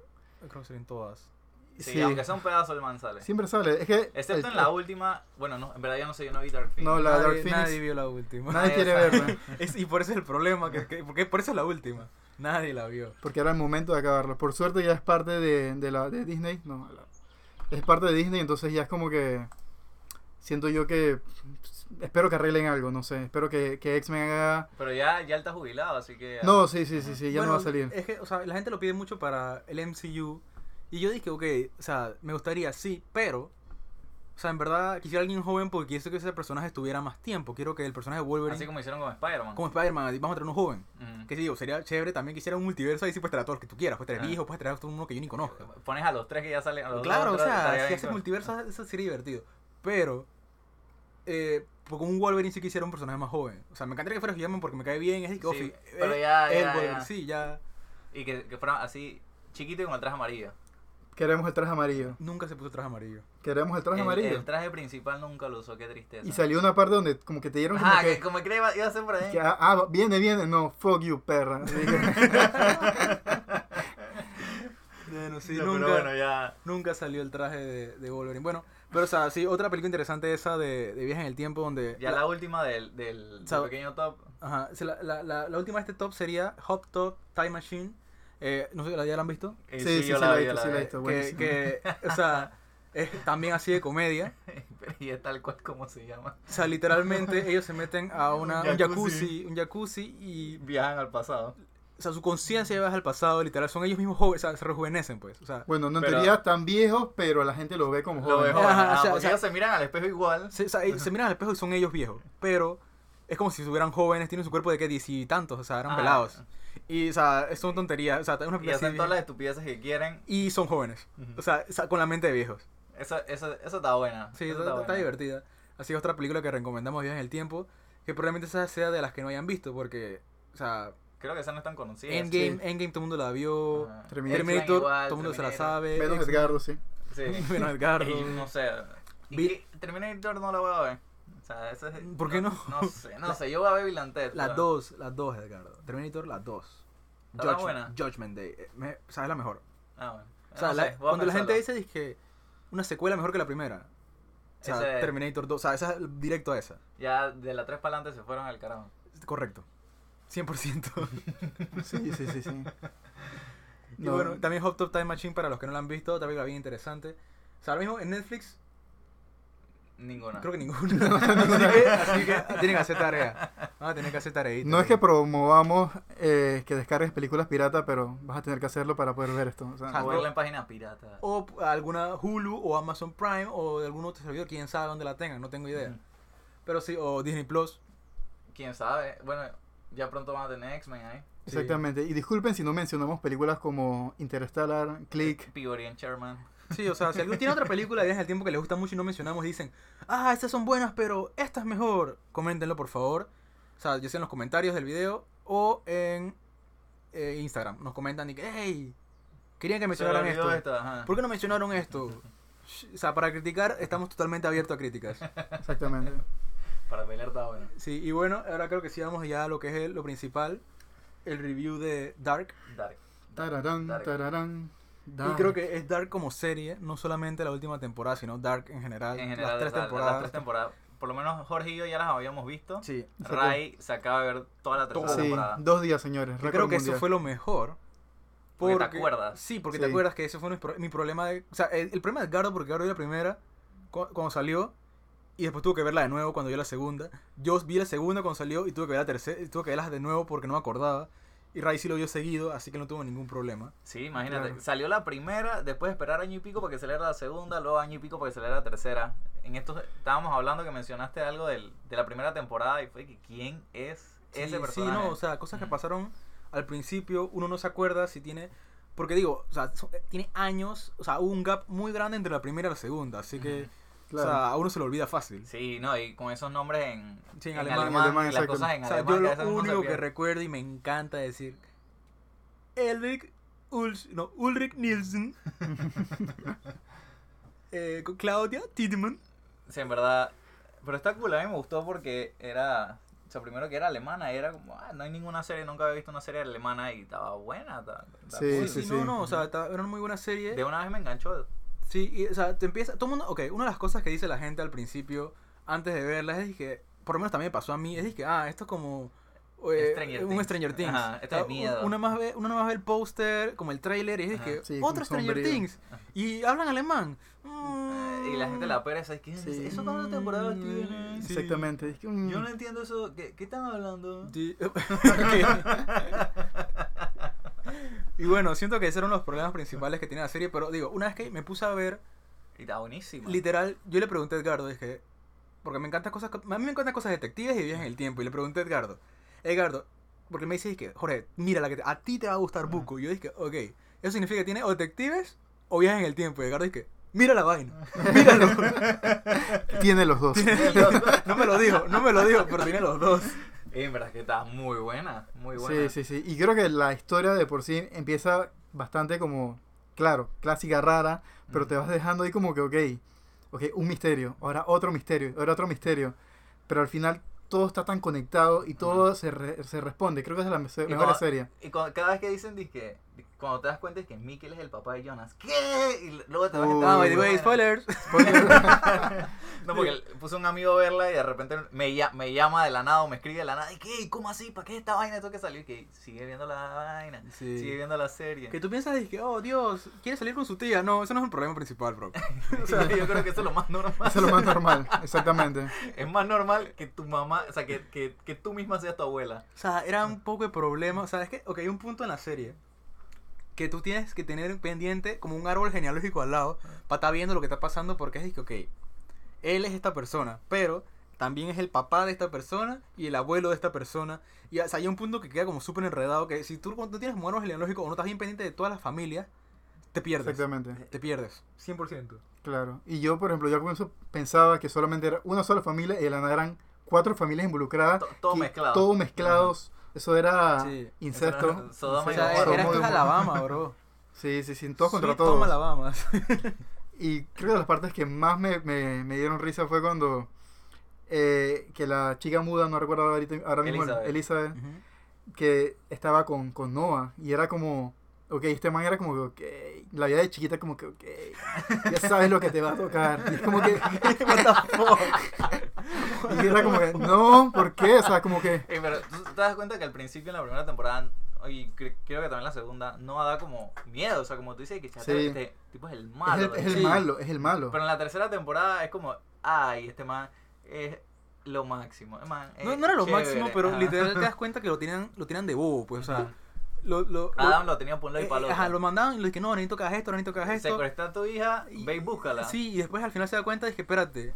Speaker 1: Creo que salen todas.
Speaker 2: Sí,
Speaker 3: Sí.
Speaker 2: aunque sea un pedazo el man sale.
Speaker 3: Siempre sale. Es que.
Speaker 2: Excepto
Speaker 3: el-
Speaker 2: en la última. Bueno, no, en verdad yo no sé, yo no vi Dark Phoenix.
Speaker 3: No, la
Speaker 1: nadie,
Speaker 3: Dark Phoenix.
Speaker 1: nadie vio la última.
Speaker 3: Nadie
Speaker 2: Nadie
Speaker 3: quiere
Speaker 2: sabe.
Speaker 3: verla.
Speaker 1: Es- y por eso es el problema, que, que- porque por eso es la última. Nadie la vio.
Speaker 3: Porque era el momento de acabarla. Por suerte ya es parte de, de la, de Disney. No, la- es parte de Disney, entonces ya es como que. Siento yo que. pues, Espero que arreglen algo, no sé. Espero que, que X-Men haga.
Speaker 2: Pero ya, ya él está jubilado, así que.
Speaker 3: No, sí, sí, sí, sí, ya
Speaker 1: Bueno,
Speaker 3: no
Speaker 1: eh,
Speaker 3: va a salir.
Speaker 1: Es que, o sea, la gente lo pide mucho para el MCU. Y yo dije, ok, o sea, me gustaría, sí, pero. O sea, en verdad quisiera alguien joven porque quiero que ese personaje estuviera más tiempo. Quiero que el personaje de Wolverine.
Speaker 2: Así como hicieron con Spider-Man.
Speaker 1: como Spider-Man, vamos a traer un joven.
Speaker 2: Ujú.
Speaker 1: Que sí, sería chévere también que hiciera un multiverso ahí sí pues, puedes traer a todos los que tú quieras. Puedes traer
Speaker 2: Ah.
Speaker 1: viejos, puedes traer a todo el mundo que yo ni conozco.
Speaker 2: Pones a los tres que ya salen. A los
Speaker 1: Claro, o
Speaker 2: dos, otros,
Speaker 1: sea,
Speaker 2: estaría
Speaker 1: si
Speaker 2: bien
Speaker 1: haces
Speaker 2: cool.
Speaker 1: multiverso, eso sería divertido. Pero, eh, porque un Wolverine sí quisiera un personaje más joven. O sea, me encantaría que fuera Spider-Man porque me cae bien, es de que,
Speaker 2: Sí,
Speaker 1: ofi,
Speaker 2: pero
Speaker 1: eh,
Speaker 2: ya,
Speaker 1: el
Speaker 2: ya,
Speaker 1: Wolverine,
Speaker 2: ya.
Speaker 1: sí, ya.
Speaker 2: Y que, que fueran así, chiquito y con el traje amarillo.
Speaker 3: Queremos el traje amarillo.
Speaker 1: Nunca se puso traje amarillo.
Speaker 3: Queremos el traje
Speaker 2: el,
Speaker 3: amarillo.
Speaker 2: el traje principal nunca lo usó, qué tristeza.
Speaker 3: y salió una parte donde como que te dieron como
Speaker 2: Ajá,
Speaker 3: que,
Speaker 2: Ah, que, como que iba, iba a ser por ahí.
Speaker 3: que, ah, ah, viene, viene, no, fuck you, perra. Así que-
Speaker 1: Bueno, sí,
Speaker 2: No,
Speaker 1: nunca,
Speaker 2: Pero bueno, ya.
Speaker 1: nunca salió el traje de, de Wolverine. Bueno, pero o sea, sí, otra película interesante esa de, de Viaje en el Tiempo donde...
Speaker 2: Ya la última del, del, del
Speaker 1: Sab-
Speaker 2: pequeño top.
Speaker 1: Ajá, sí, la, la- la- la última de este top sería Hop Top Time Machine. Eh, no sé, ¿la ya la han visto?
Speaker 2: Eh,
Speaker 3: Sí, sí,
Speaker 2: yo
Speaker 3: sí la he
Speaker 2: vi,
Speaker 3: visto,
Speaker 2: yo
Speaker 3: sí la he
Speaker 2: vi.
Speaker 3: visto.
Speaker 1: que,
Speaker 3: Está buenísimo.
Speaker 1: que, o sea, es también así de comedia.
Speaker 2: y es tal cual como se llama.
Speaker 1: O sea, literalmente ellos se meten a una, un
Speaker 2: jacuzzi.
Speaker 1: jacuzzi, un jacuzzi y,
Speaker 2: Viajan al pasado.
Speaker 1: o sea, su conciencia viaja al pasado, literal, son ellos mismos jóvenes, o sea, se rejuvenecen, pues, o sea,
Speaker 3: bueno, no en
Speaker 2: Pero-
Speaker 3: teoría tan viejos, pero la gente lo ve como
Speaker 2: Lo veo.
Speaker 3: joven.
Speaker 1: joven. Ajá,
Speaker 2: ah,
Speaker 1: o sea,
Speaker 2: porque
Speaker 1: o sea-
Speaker 2: ellos se miran al espejo igual.
Speaker 1: se, o sea, ellos se miran al espejo y son ellos viejos, pero es como si estuvieran jóvenes, tienen su cuerpo de que diez y tantos, o sea, eran
Speaker 2: Ah.
Speaker 1: pelados. Y, o sea, es una tontería, o sea, una
Speaker 2: Y
Speaker 1: película así
Speaker 2: hacen
Speaker 1: vieja.
Speaker 2: todas las estupideces que quieren.
Speaker 1: y son jóvenes, o sea, o sea, con la mente de viejos.
Speaker 2: Eso, eso, eso está buena.
Speaker 1: Sí,
Speaker 2: eso
Speaker 1: está, está
Speaker 2: buena.
Speaker 1: divertida. Así que otra película que recomendamos Viajes en el Tiempo, que probablemente esa sea de las que no hayan visto, porque, o sea,
Speaker 2: Creo que esas no están conocidas.
Speaker 1: Endgame, Endgame todo el mundo la vio,
Speaker 2: Ajá.
Speaker 3: Terminator,
Speaker 1: Terminator,
Speaker 2: igual,
Speaker 1: todo el mundo se la
Speaker 2: Terminator.
Speaker 1: sabe.
Speaker 3: Menos
Speaker 1: X-Men,
Speaker 3: Edgardo, sí.
Speaker 2: Sí.
Speaker 1: menos Edgardo.
Speaker 2: Y no sé. ¿Y
Speaker 1: Vi-
Speaker 2: qué? Terminator no la voy a ver. O sea, eso es,
Speaker 1: ¿Por qué
Speaker 2: No sé, no sé. Yo voy a ver Villantet.
Speaker 1: Las dos, las dos, Edgardo. Terminator, las dos.
Speaker 2: ¿Está
Speaker 1: Judgment,
Speaker 2: buena?
Speaker 1: Judgment Day. eh, me- o sea, es la mejor.
Speaker 2: Ah, bueno.
Speaker 1: O sea,
Speaker 2: No
Speaker 1: la-
Speaker 2: sé, voy a
Speaker 1: cuando la gente
Speaker 2: pensarlo.
Speaker 1: dice, dije, una secuela mejor que la primera. O sea,
Speaker 2: Ese-
Speaker 1: Terminator 2. O sea, esa es directo a esa.
Speaker 2: Ya de la 3 para adelante se fueron al carajo.
Speaker 1: Correcto. 100%.
Speaker 3: Sí, sí, sí, sí.
Speaker 1: Y
Speaker 3: No,
Speaker 1: bueno, también Hot Top Time Machine para los que no la han visto, otra película bien interesante. O sea, ahora mismo en Netflix
Speaker 2: Ninguna.
Speaker 3: Ah.
Speaker 1: creo que ninguna. así, que, así que tienen que hacer tarea. Van a tener que hacer tareita.
Speaker 3: no es que promovamos eh, que descargues películas pirata, pero vas a tener que hacerlo para poder ver esto. o sea,
Speaker 1: Ah,
Speaker 2: O
Speaker 1: no.
Speaker 2: verla en página pirata.
Speaker 1: o alguna Hulu o Amazon Prime o de algún otro servidor, quién sabe dónde la tengan, no tengo idea. Pero sí, o Disney Plus.
Speaker 2: Quién sabe. Bueno, ya pronto van a tener X-Men ahí.
Speaker 1: sí.
Speaker 3: exactamente. Y disculpen si no mencionamos películas como Interstellar, Click.
Speaker 2: Pigorian Sherman.
Speaker 1: Sí, o sea, si alguien tiene otra película de viajes al tiempo que les gusta mucho y no mencionamos, dicen, ah, estas son buenas, pero esta es mejor. Coméntenlo, por favor. O sea, ya sea en los comentarios del video o en eh, Instagram. Nos comentan y que, hey, querían que
Speaker 2: Se le
Speaker 1: mencionaran
Speaker 2: olvidó
Speaker 1: esto.
Speaker 2: esto, ajá.
Speaker 1: ¿Por qué no mencionaron esto? Sh- O sea, para criticar estamos totalmente abiertos a críticas.
Speaker 3: Exactamente.
Speaker 2: Para pelear está bueno.
Speaker 1: Sí, y bueno, ahora creo que sí vamos ya a lo que es el- lo principal, el review de Dark.
Speaker 2: Dark.
Speaker 3: Tararán,
Speaker 2: Dark.
Speaker 3: tararán.
Speaker 1: Y creo que es Dark como serie, no solamente la última temporada, sino Dark en general.
Speaker 2: En general,
Speaker 1: las tres
Speaker 2: o sea,
Speaker 1: temporadas.
Speaker 2: las tres temporadas. Por lo menos Jorge y yo ya las habíamos visto.
Speaker 1: Sí.
Speaker 2: Ray se acaba de ver toda la tercera
Speaker 3: Sí,
Speaker 2: temporada.
Speaker 3: dos días, señores.
Speaker 1: Yo
Speaker 3: récord
Speaker 1: creo que eso
Speaker 3: mundial.
Speaker 1: fue lo mejor.
Speaker 2: Porque te acuerdas.
Speaker 1: Sí, porque te
Speaker 3: Sí.
Speaker 1: acuerdas que ese fue mi, pro- mi problema. De, o sea, el, el problema de Edgardo, porque Edgardo vio la primera cu- cuando salió y después tuve que verla de nuevo cuando vio la segunda. Yo vi la segunda cuando salió y tuve que ver la tercera, tuve que verlas de nuevo porque no me acordaba. Y Ray sí lo vio seguido, así que no tuvo ningún problema.
Speaker 2: Sí, imagínate.
Speaker 3: Claro.
Speaker 2: Salió la primera, después esperar año y pico para que saliera la segunda, luego año y pico para que saliera la tercera. En esto estábamos hablando que mencionaste algo del- de la primera temporada y fue que quién es
Speaker 1: Sí,
Speaker 2: ese
Speaker 1: sí,
Speaker 2: personaje.
Speaker 1: no, o sea, cosas que pasaron al principio, uno no se acuerda si tiene... Porque digo, o sea, so- eh, tiene años, o sea, hubo un gap muy grande entre la primera y la segunda, así que,
Speaker 3: Claro.
Speaker 1: o sea, a uno se lo olvida fácil.
Speaker 2: Sí, no, y con esos nombres en,
Speaker 1: Sí, en
Speaker 2: en
Speaker 1: alemán, en
Speaker 3: alemán,
Speaker 2: y las
Speaker 3: exacto.
Speaker 2: cosas en
Speaker 1: O sea,
Speaker 2: alemán.
Speaker 1: yo
Speaker 2: que a veces
Speaker 1: lo
Speaker 2: uno se
Speaker 1: único que
Speaker 2: pierde.
Speaker 1: recuerdo y me encanta decir Elric Ulrich, no, Ulrich Nielsen, eh, con Claudia Tiedemann.
Speaker 2: Sí, en verdad. Pero está cool, a mí me gustó porque era. O sea, primero que era alemana, era como, ah, no hay ninguna serie, nunca había visto una serie alemana y estaba buena. ta- ta
Speaker 3: Sí,
Speaker 2: cool.
Speaker 3: sí, sí.
Speaker 1: no, no, o sea, ta- era una muy buena serie.
Speaker 2: De una vez me enganchó.
Speaker 1: Sí, y, o sea, te empieza. Todo el mundo. Ok, una de las cosas que dice la gente al principio, antes de verla, es que. Por lo menos también me pasó a mí, es que, ah, esto es como. eh,
Speaker 2: Stranger
Speaker 1: un
Speaker 2: Things.
Speaker 1: Stranger Things.
Speaker 2: Ajá, esto es
Speaker 1: O sea,
Speaker 2: miedo.
Speaker 1: Una más ve, uno más ve el póster, como el tráiler, y es
Speaker 2: Ajá.
Speaker 1: que
Speaker 3: Sí,
Speaker 1: otro
Speaker 3: como
Speaker 1: Stranger
Speaker 3: sombrío.
Speaker 1: Things. Y hablan alemán.
Speaker 2: Eh, Y la gente la pereza, es que
Speaker 3: Sí.
Speaker 2: eso cuántas temporadas tiene.
Speaker 1: Sí.
Speaker 3: Exactamente. Es que, mm,
Speaker 2: Yo no entiendo eso. ¿Qué, qué están hablando?
Speaker 1: Di- y bueno, siento que esos eran los problemas principales que tenía la serie, pero digo, una vez que me puse a ver
Speaker 2: Y está buenísimo.
Speaker 1: Literal, yo le pregunté a Edgardo, dije, porque me encantan cosas, a mí me encantan cosas detectives y viajes en el tiempo, y le pregunté a Edgardo, Edgardo, porque me dice, que Jorge, mira la que te- a ti te va a gustar Buco, y yo dije, ok, eso significa que tiene o detectives o viajes en el tiempo, y Edgardo dije, mira la vaina, míralo,
Speaker 3: Tiene los dos.
Speaker 1: no me lo dijo, no me lo dijo, pero tiene los dos.
Speaker 2: Y en verdad que está muy buena, muy buena.
Speaker 3: Sí, sí, sí. Y creo que la historia de por sí empieza bastante como, claro, clásica, rara, pero te vas dejando ahí como que, ok, ok, un misterio, ahora otro misterio, ahora otro misterio. Pero al final todo está tan conectado y todo se, re- se responde. Creo que es la mese-
Speaker 2: Y
Speaker 3: mejor
Speaker 2: cuando-
Speaker 3: serie.
Speaker 2: Y cuando- cada vez que dicen, dizque, cuando te das cuenta es que Mikkel es el papá de Jonas. ¿Qué? Y luego te vas
Speaker 3: Oh.
Speaker 2: enterando,
Speaker 1: Ah, by the way,
Speaker 2: bueno.
Speaker 1: spoilers.
Speaker 2: No, porque el- puso un amigo a verla y de repente me, lla- me llama de la nada o me escribe de la nada. ¿Y qué? ¿Cómo así? ¿Para qué esta vaina? Tengo que salir. Que sigue viendo la vaina.
Speaker 1: Sí.
Speaker 2: Sigue viendo la serie.
Speaker 1: Que tú piensas, dije, oh Dios, quiere salir con su tía, no, eso no es un problema principal, bro.
Speaker 2: O sea, yo creo que eso es lo más normal.
Speaker 3: Eso es lo más normal, exactamente.
Speaker 2: Es más normal que tu mamá, o sea, que, que, que tú misma seas tu abuela.
Speaker 1: O sea, era un poco de problema. O sea, es que, ok, hay un punto en la serie que tú tienes que tener pendiente como un árbol genealógico al lado para estar viendo lo que está pasando porque es de que, ok, él es esta persona, pero también es el papá de esta persona y el abuelo de esta persona. Y o sea, hay un punto que queda como súper enredado que si tú cuando tienes un árbol genealógico o no estás bien pendiente de todas las familias, te pierdes.
Speaker 3: Exactamente,
Speaker 1: Te pierdes. 100%.
Speaker 3: claro. Y yo, por ejemplo, yo al comienzo pensaba que solamente era una sola familia y de la nada eran cuatro familias involucradas.
Speaker 2: To- todo
Speaker 3: que-
Speaker 2: mezclado.
Speaker 3: Todo mezclados. Eso era
Speaker 1: Sí.
Speaker 3: incesto.
Speaker 2: Eso era Sodoma
Speaker 1: O
Speaker 2: y
Speaker 1: sea,
Speaker 2: Gomorra.
Speaker 1: era
Speaker 3: Somos
Speaker 1: esto es
Speaker 3: de-
Speaker 1: Alabama, bro.
Speaker 3: Sí, sí, sí, todos contra
Speaker 1: Sweet
Speaker 3: todos.
Speaker 1: Home Alabama.
Speaker 3: Y creo que las partes que más me, me- me dieron risa fue cuando eh, que la chica muda, no recuerdo ahorita, ahora mismo,
Speaker 2: Elizabeth.
Speaker 3: Elizabeth, que estaba con, con Noah y era como, ok, este man era como que, ok, la vida de chiquita como que, ok, ya sabes lo que te va a tocar. Y es como que, y era como que, no, ¿por qué? O sea, como que,
Speaker 2: Ey, pero tú te das cuenta que al principio en la primera temporada y cre- creo que también en la segunda no da como miedo, o sea, como tú dices que chate,
Speaker 3: Sí.
Speaker 2: este tipo es el malo.
Speaker 3: es el, es el
Speaker 2: sí.
Speaker 3: malo, es el malo.
Speaker 2: Pero en la tercera temporada es como, ay, este man es lo máximo. el man es eh,
Speaker 1: No, no era lo
Speaker 2: chévere".
Speaker 1: máximo, pero
Speaker 2: Ajá.
Speaker 1: literal te das cuenta que lo tenían, lo tenían de bobo, pues, o sea, lo, lo,
Speaker 2: Adam lo tenía por un lado y
Speaker 1: eh,
Speaker 2: para el otro.
Speaker 1: ajá, lo mandaban y le dije, no, necesito que hagas esto, necesito que hagas esto.
Speaker 2: Secuestra a tu hija,
Speaker 1: Y-
Speaker 2: ve y búscala.
Speaker 1: Sí, y después al final se da cuenta y dije, espérate,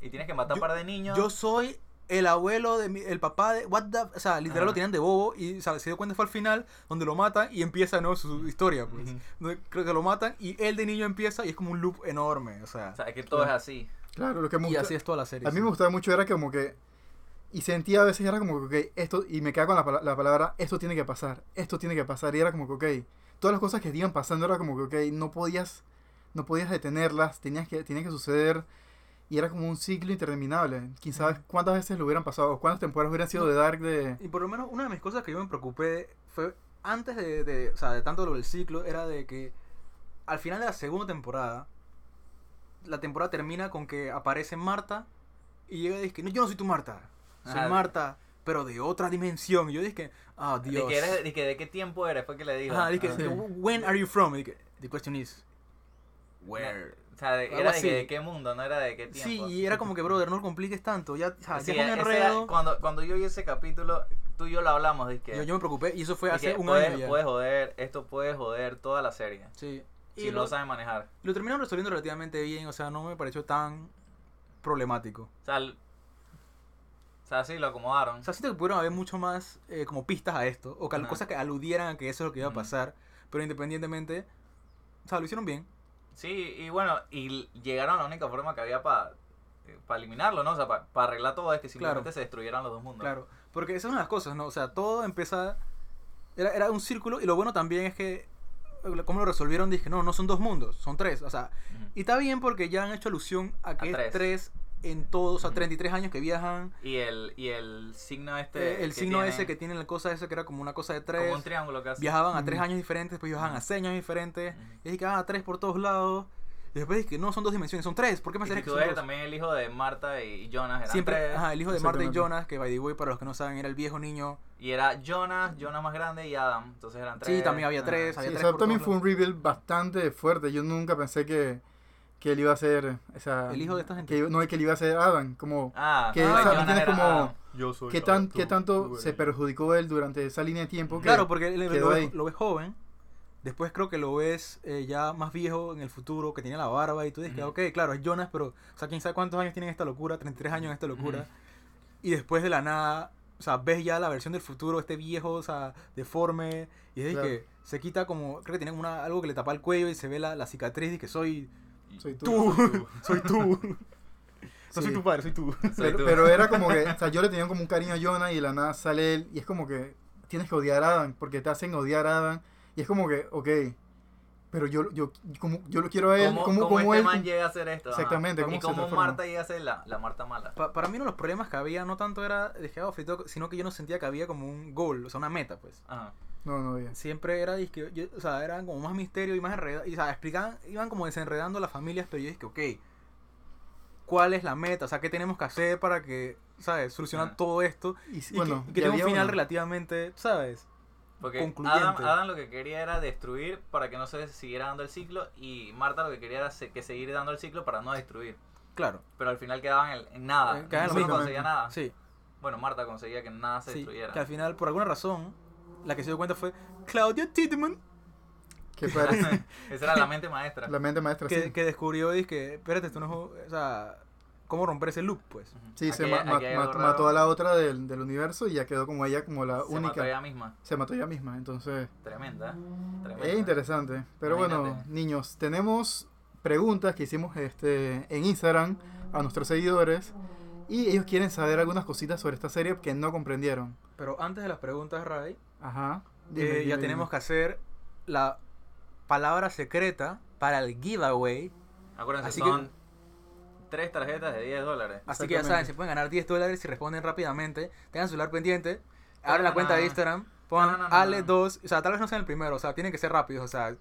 Speaker 2: Y tienes que matar a un
Speaker 1: Yo-
Speaker 2: par de niños.
Speaker 1: yo soy el abuelo de mi, el papá de, what the, o sea, literal
Speaker 2: Ajá.
Speaker 1: lo tenían de bobo y o sea, se dio cuenta fue al final donde lo matan y empieza de nuevo su historia, pues.
Speaker 2: Ujú.
Speaker 1: Donde Creo que lo matan y él de niño empieza y es como un loop enorme, o sea,
Speaker 2: O sea, que todo es así.
Speaker 3: Claro, lo que me
Speaker 1: y
Speaker 3: gusta-
Speaker 1: así es toda la serie.
Speaker 3: A mí
Speaker 1: sí.
Speaker 3: me gustaba mucho, era como que. Y sentía a veces, era como que, ok, esto. Y me quedaba con la, pala- la palabra, esto tiene que pasar, esto tiene que pasar. Y era como que, ok, todas las cosas que te iban pasando, era como que, ok, no podías, no podías detenerlas, tenías que, tenían que suceder. Y era como un ciclo interminable. Quién sabe cuántas veces lo hubieran pasado, o cuántas temporadas hubieran sido de Dark de.
Speaker 1: Y por lo menos una de mis cosas que yo me preocupé fue antes de, de- o sea, de tanto lo del ciclo, era de que al final de la segunda temporada, la temporada termina con que aparece Marta y llega y dice que no, yo no soy tu Marta, soy
Speaker 2: Ah,
Speaker 1: Marta, pero de otra dimensión. Y yo dije, ah, Dios.
Speaker 2: Dios. De, Ah, que eres, de, que, ¿De qué tiempo eres? Fue que le dijo.
Speaker 1: Ajá, dije,
Speaker 3: Sí.
Speaker 1: when are you from? Y dije, the question is, where?
Speaker 2: O sea, de-
Speaker 1: Algo
Speaker 2: era de, que-
Speaker 1: así.
Speaker 2: de qué mundo, no era de qué
Speaker 1: Sí,
Speaker 2: tiempo.
Speaker 1: y era como que, brother, no lo compliques tanto. Ya, o sea,
Speaker 2: Sí,
Speaker 1: ya es Ah, un
Speaker 2: ese-
Speaker 1: enredo.
Speaker 2: cuando, cuando yo vi ese capítulo, tú y yo lo hablamos, dije.
Speaker 1: Yo, yo me preocupé y eso fue
Speaker 2: dije,
Speaker 1: hace un
Speaker 2: puede,
Speaker 1: año ya.
Speaker 2: puede joder, esto puede joder toda la serie.
Speaker 1: Sí. Y
Speaker 2: si no
Speaker 1: lo,
Speaker 2: lo saben manejar.
Speaker 1: lo terminaron resolviendo relativamente bien, o sea, no me pareció tan problemático.
Speaker 2: O sea, el- o sea, sí, lo acomodaron.
Speaker 1: O sea, siento que pudieron haber mucho más eh, como pistas a esto, o que al-
Speaker 2: Ajá.
Speaker 1: cosas que aludieran a que eso es lo que iba a
Speaker 2: Ujú.
Speaker 1: pasar, pero independientemente, o sea, lo hicieron bien.
Speaker 2: Sí, y bueno, y l- llegaron a la única forma que había para eliminarlo, ¿no? O sea, para arreglar todo es que simplemente
Speaker 1: Claro.
Speaker 2: se destruyeran los dos mundos.
Speaker 1: Claro, porque esa es una de las cosas, ¿no? O sea, todo empieza. Era, era un círculo, y lo bueno también es que. Como lo resolvieron, dije, no, no son dos mundos, son tres. O sea,
Speaker 2: Ujú.
Speaker 1: y está bien porque ya han hecho alusión a que es
Speaker 2: tres.
Speaker 1: tres. en todos, o sea,
Speaker 2: Ujú.
Speaker 1: 33 años que viajan.
Speaker 2: Y el, y el signo
Speaker 1: eh,
Speaker 2: este.
Speaker 1: el signo
Speaker 2: tiene,
Speaker 1: ese que tiene la cosa esa que era como una cosa de tres.
Speaker 2: Como un triángulo casi.
Speaker 1: viajaban a
Speaker 3: Ujú.
Speaker 1: tres años diferentes, después viajaban a seis años diferentes. Y dije, ah, tres por todos lados. Y después dije, no, son dos dimensiones, son tres. ¿Por qué me
Speaker 2: Y si
Speaker 1: que
Speaker 2: tú
Speaker 1: son
Speaker 2: ves
Speaker 1: dos?
Speaker 2: también el hijo de Marta y Jonas eran
Speaker 1: Siempre,
Speaker 2: tres.
Speaker 1: ajá, el hijo de Marta y
Speaker 3: Exactamente.
Speaker 1: Jonas, que by the way, para los que no saben, era el viejo niño.
Speaker 2: Y era Jonas, Jonas más grande y Adam. Entonces eran tres. Ah,
Speaker 1: Sí, también había tres,
Speaker 2: Ajá.
Speaker 1: había
Speaker 3: Sí,
Speaker 1: tres
Speaker 3: eso
Speaker 1: por
Speaker 3: también
Speaker 1: todos
Speaker 3: fue un reveal bastante fuerte. Yo nunca pensé que, que él iba a ser. O sea,
Speaker 1: El hijo de esta gente.
Speaker 3: que- no, que él iba a ser Adam. Como,
Speaker 2: Ah,
Speaker 3: que
Speaker 2: o sea,
Speaker 3: esa-
Speaker 2: Jonas
Speaker 3: tienes
Speaker 2: era
Speaker 3: como-
Speaker 2: Adam.
Speaker 4: Yo soy
Speaker 3: ¿qué, tan, ¿qué tanto se perjudicó él durante esa línea de tiempo? que-
Speaker 1: Claro, porque él-
Speaker 3: quedó
Speaker 1: lo,
Speaker 3: ahí.
Speaker 1: ves, lo ves joven. Después creo que lo ves eh, ya más viejo en el futuro, que tenía la barba y tú dices, que,
Speaker 2: Ujú.
Speaker 1: ok, claro, es Jonas, pero, o sea, quién sabe cuántos años tienen esta locura, 33 años en esta locura. Y después de la nada, o sea, ves ya la versión del futuro, este viejo, o sea, deforme. Y es de
Speaker 3: Claro.
Speaker 1: que se quita como, creo que tenía como una, algo que le tapa el cuello y se ve la, la cicatriz y que soy
Speaker 3: Soy tú.
Speaker 1: tú, soy tú. No
Speaker 3: Sí.
Speaker 1: soy tu padre, soy tú.
Speaker 2: Soy
Speaker 3: Pero,
Speaker 2: tú.
Speaker 3: pero era como que, o sea, yo le tenía como un cariño a Jonah y de la nada sale él y es como que tienes que odiar a Adam porque te hacen odiar a Adam y es como que, ok, pero yo, yo, como, yo lo quiero a él,
Speaker 2: ¿Cómo,
Speaker 3: como,
Speaker 2: cómo este
Speaker 3: él...
Speaker 2: man llega a hacer esto? Ajá.
Speaker 3: Exactamente,
Speaker 2: Y
Speaker 3: ¿cómo se
Speaker 2: cómo
Speaker 3: transformó?
Speaker 2: Marta llega a ser la, la Marta mala.
Speaker 1: Pa- para mí uno de los problemas que había no tanto era de que, ah, ofrito, sino que yo no sentía que había como un goal, o sea, una meta, pues.
Speaker 2: Ajá.
Speaker 3: No, no, bien.
Speaker 1: siempre era disque, yo- o sea, eran como más misterio y más enredados, y, o sea, explicaban, iban como desenredando las familias, pero yo dije, ok, ¿cuál es la meta? O sea, ¿qué tenemos que hacer para que, sabes, solucionar
Speaker 2: Ah.
Speaker 1: todo esto?
Speaker 3: Y,
Speaker 1: Y
Speaker 3: sí,
Speaker 1: que-
Speaker 3: bueno,
Speaker 1: y que,
Speaker 3: y
Speaker 1: tenga un
Speaker 3: había
Speaker 1: final
Speaker 3: uno.
Speaker 1: relativamente, ¿sabes?
Speaker 2: Porque
Speaker 1: Concluyente.
Speaker 2: Adam, Adam lo que quería era destruir para que no se siguiera dando el ciclo y Marta lo que quería era se- que seguir dando el ciclo para no destruir.
Speaker 1: Claro,
Speaker 2: Pero al final quedaban en, en nada.
Speaker 1: Eh, quedaban en lo
Speaker 2: Ninguno
Speaker 1: mismo.
Speaker 2: conseguía nada.
Speaker 1: sí,
Speaker 2: Bueno, Marta conseguía que nada Ah, se
Speaker 1: sí,
Speaker 2: destruyera.
Speaker 1: que al final, por alguna razón, la que se dio cuenta fue Claudia Tiedemann,
Speaker 3: Que parece
Speaker 2: Esa era la mente maestra.
Speaker 3: la mente maestra.
Speaker 1: que,
Speaker 3: sí.
Speaker 1: que descubrió, dije, espérate, esto no es, o sea, ¿cómo romper ese loop, pues?
Speaker 3: Sí, se
Speaker 2: Aquí-
Speaker 3: ma- ma-
Speaker 2: aquí hay
Speaker 3: ma-
Speaker 2: algo raro.
Speaker 3: mató a la otra del, del universo y ya quedó como ella, como la
Speaker 2: Se mató
Speaker 3: única.
Speaker 2: ella misma.
Speaker 3: se mató ella misma, entonces
Speaker 2: Tremenda. ¿eh? Tremenda.
Speaker 3: es interesante. Pero bueno,
Speaker 2: Imagínate.
Speaker 3: niños, tenemos preguntas que hicimos este en Instagram a nuestros seguidores y ellos quieren saber algunas cositas sobre esta serie que no comprendieron.
Speaker 1: Pero antes de las preguntas, Ray,
Speaker 3: Ajá.
Speaker 1: Eh, ya tenemos que hacer la palabra secreta para el giveaway.
Speaker 2: Acuérdense,
Speaker 1: Así que-
Speaker 2: son tres tarjetas de 10 dólares.
Speaker 1: Así que ya saben,
Speaker 3: Exactamente.
Speaker 1: se pueden ganar 10 dólares si responden rápidamente. Tengan su celular pendiente.
Speaker 3: Ah,
Speaker 1: Abren la cuenta de
Speaker 2: Tanana.
Speaker 1: Instagram. Pongan
Speaker 2: Tanana.
Speaker 1: Ale2. O sea, tal vez no sean el primero. O sea, tienen que ser rápidos. O sea,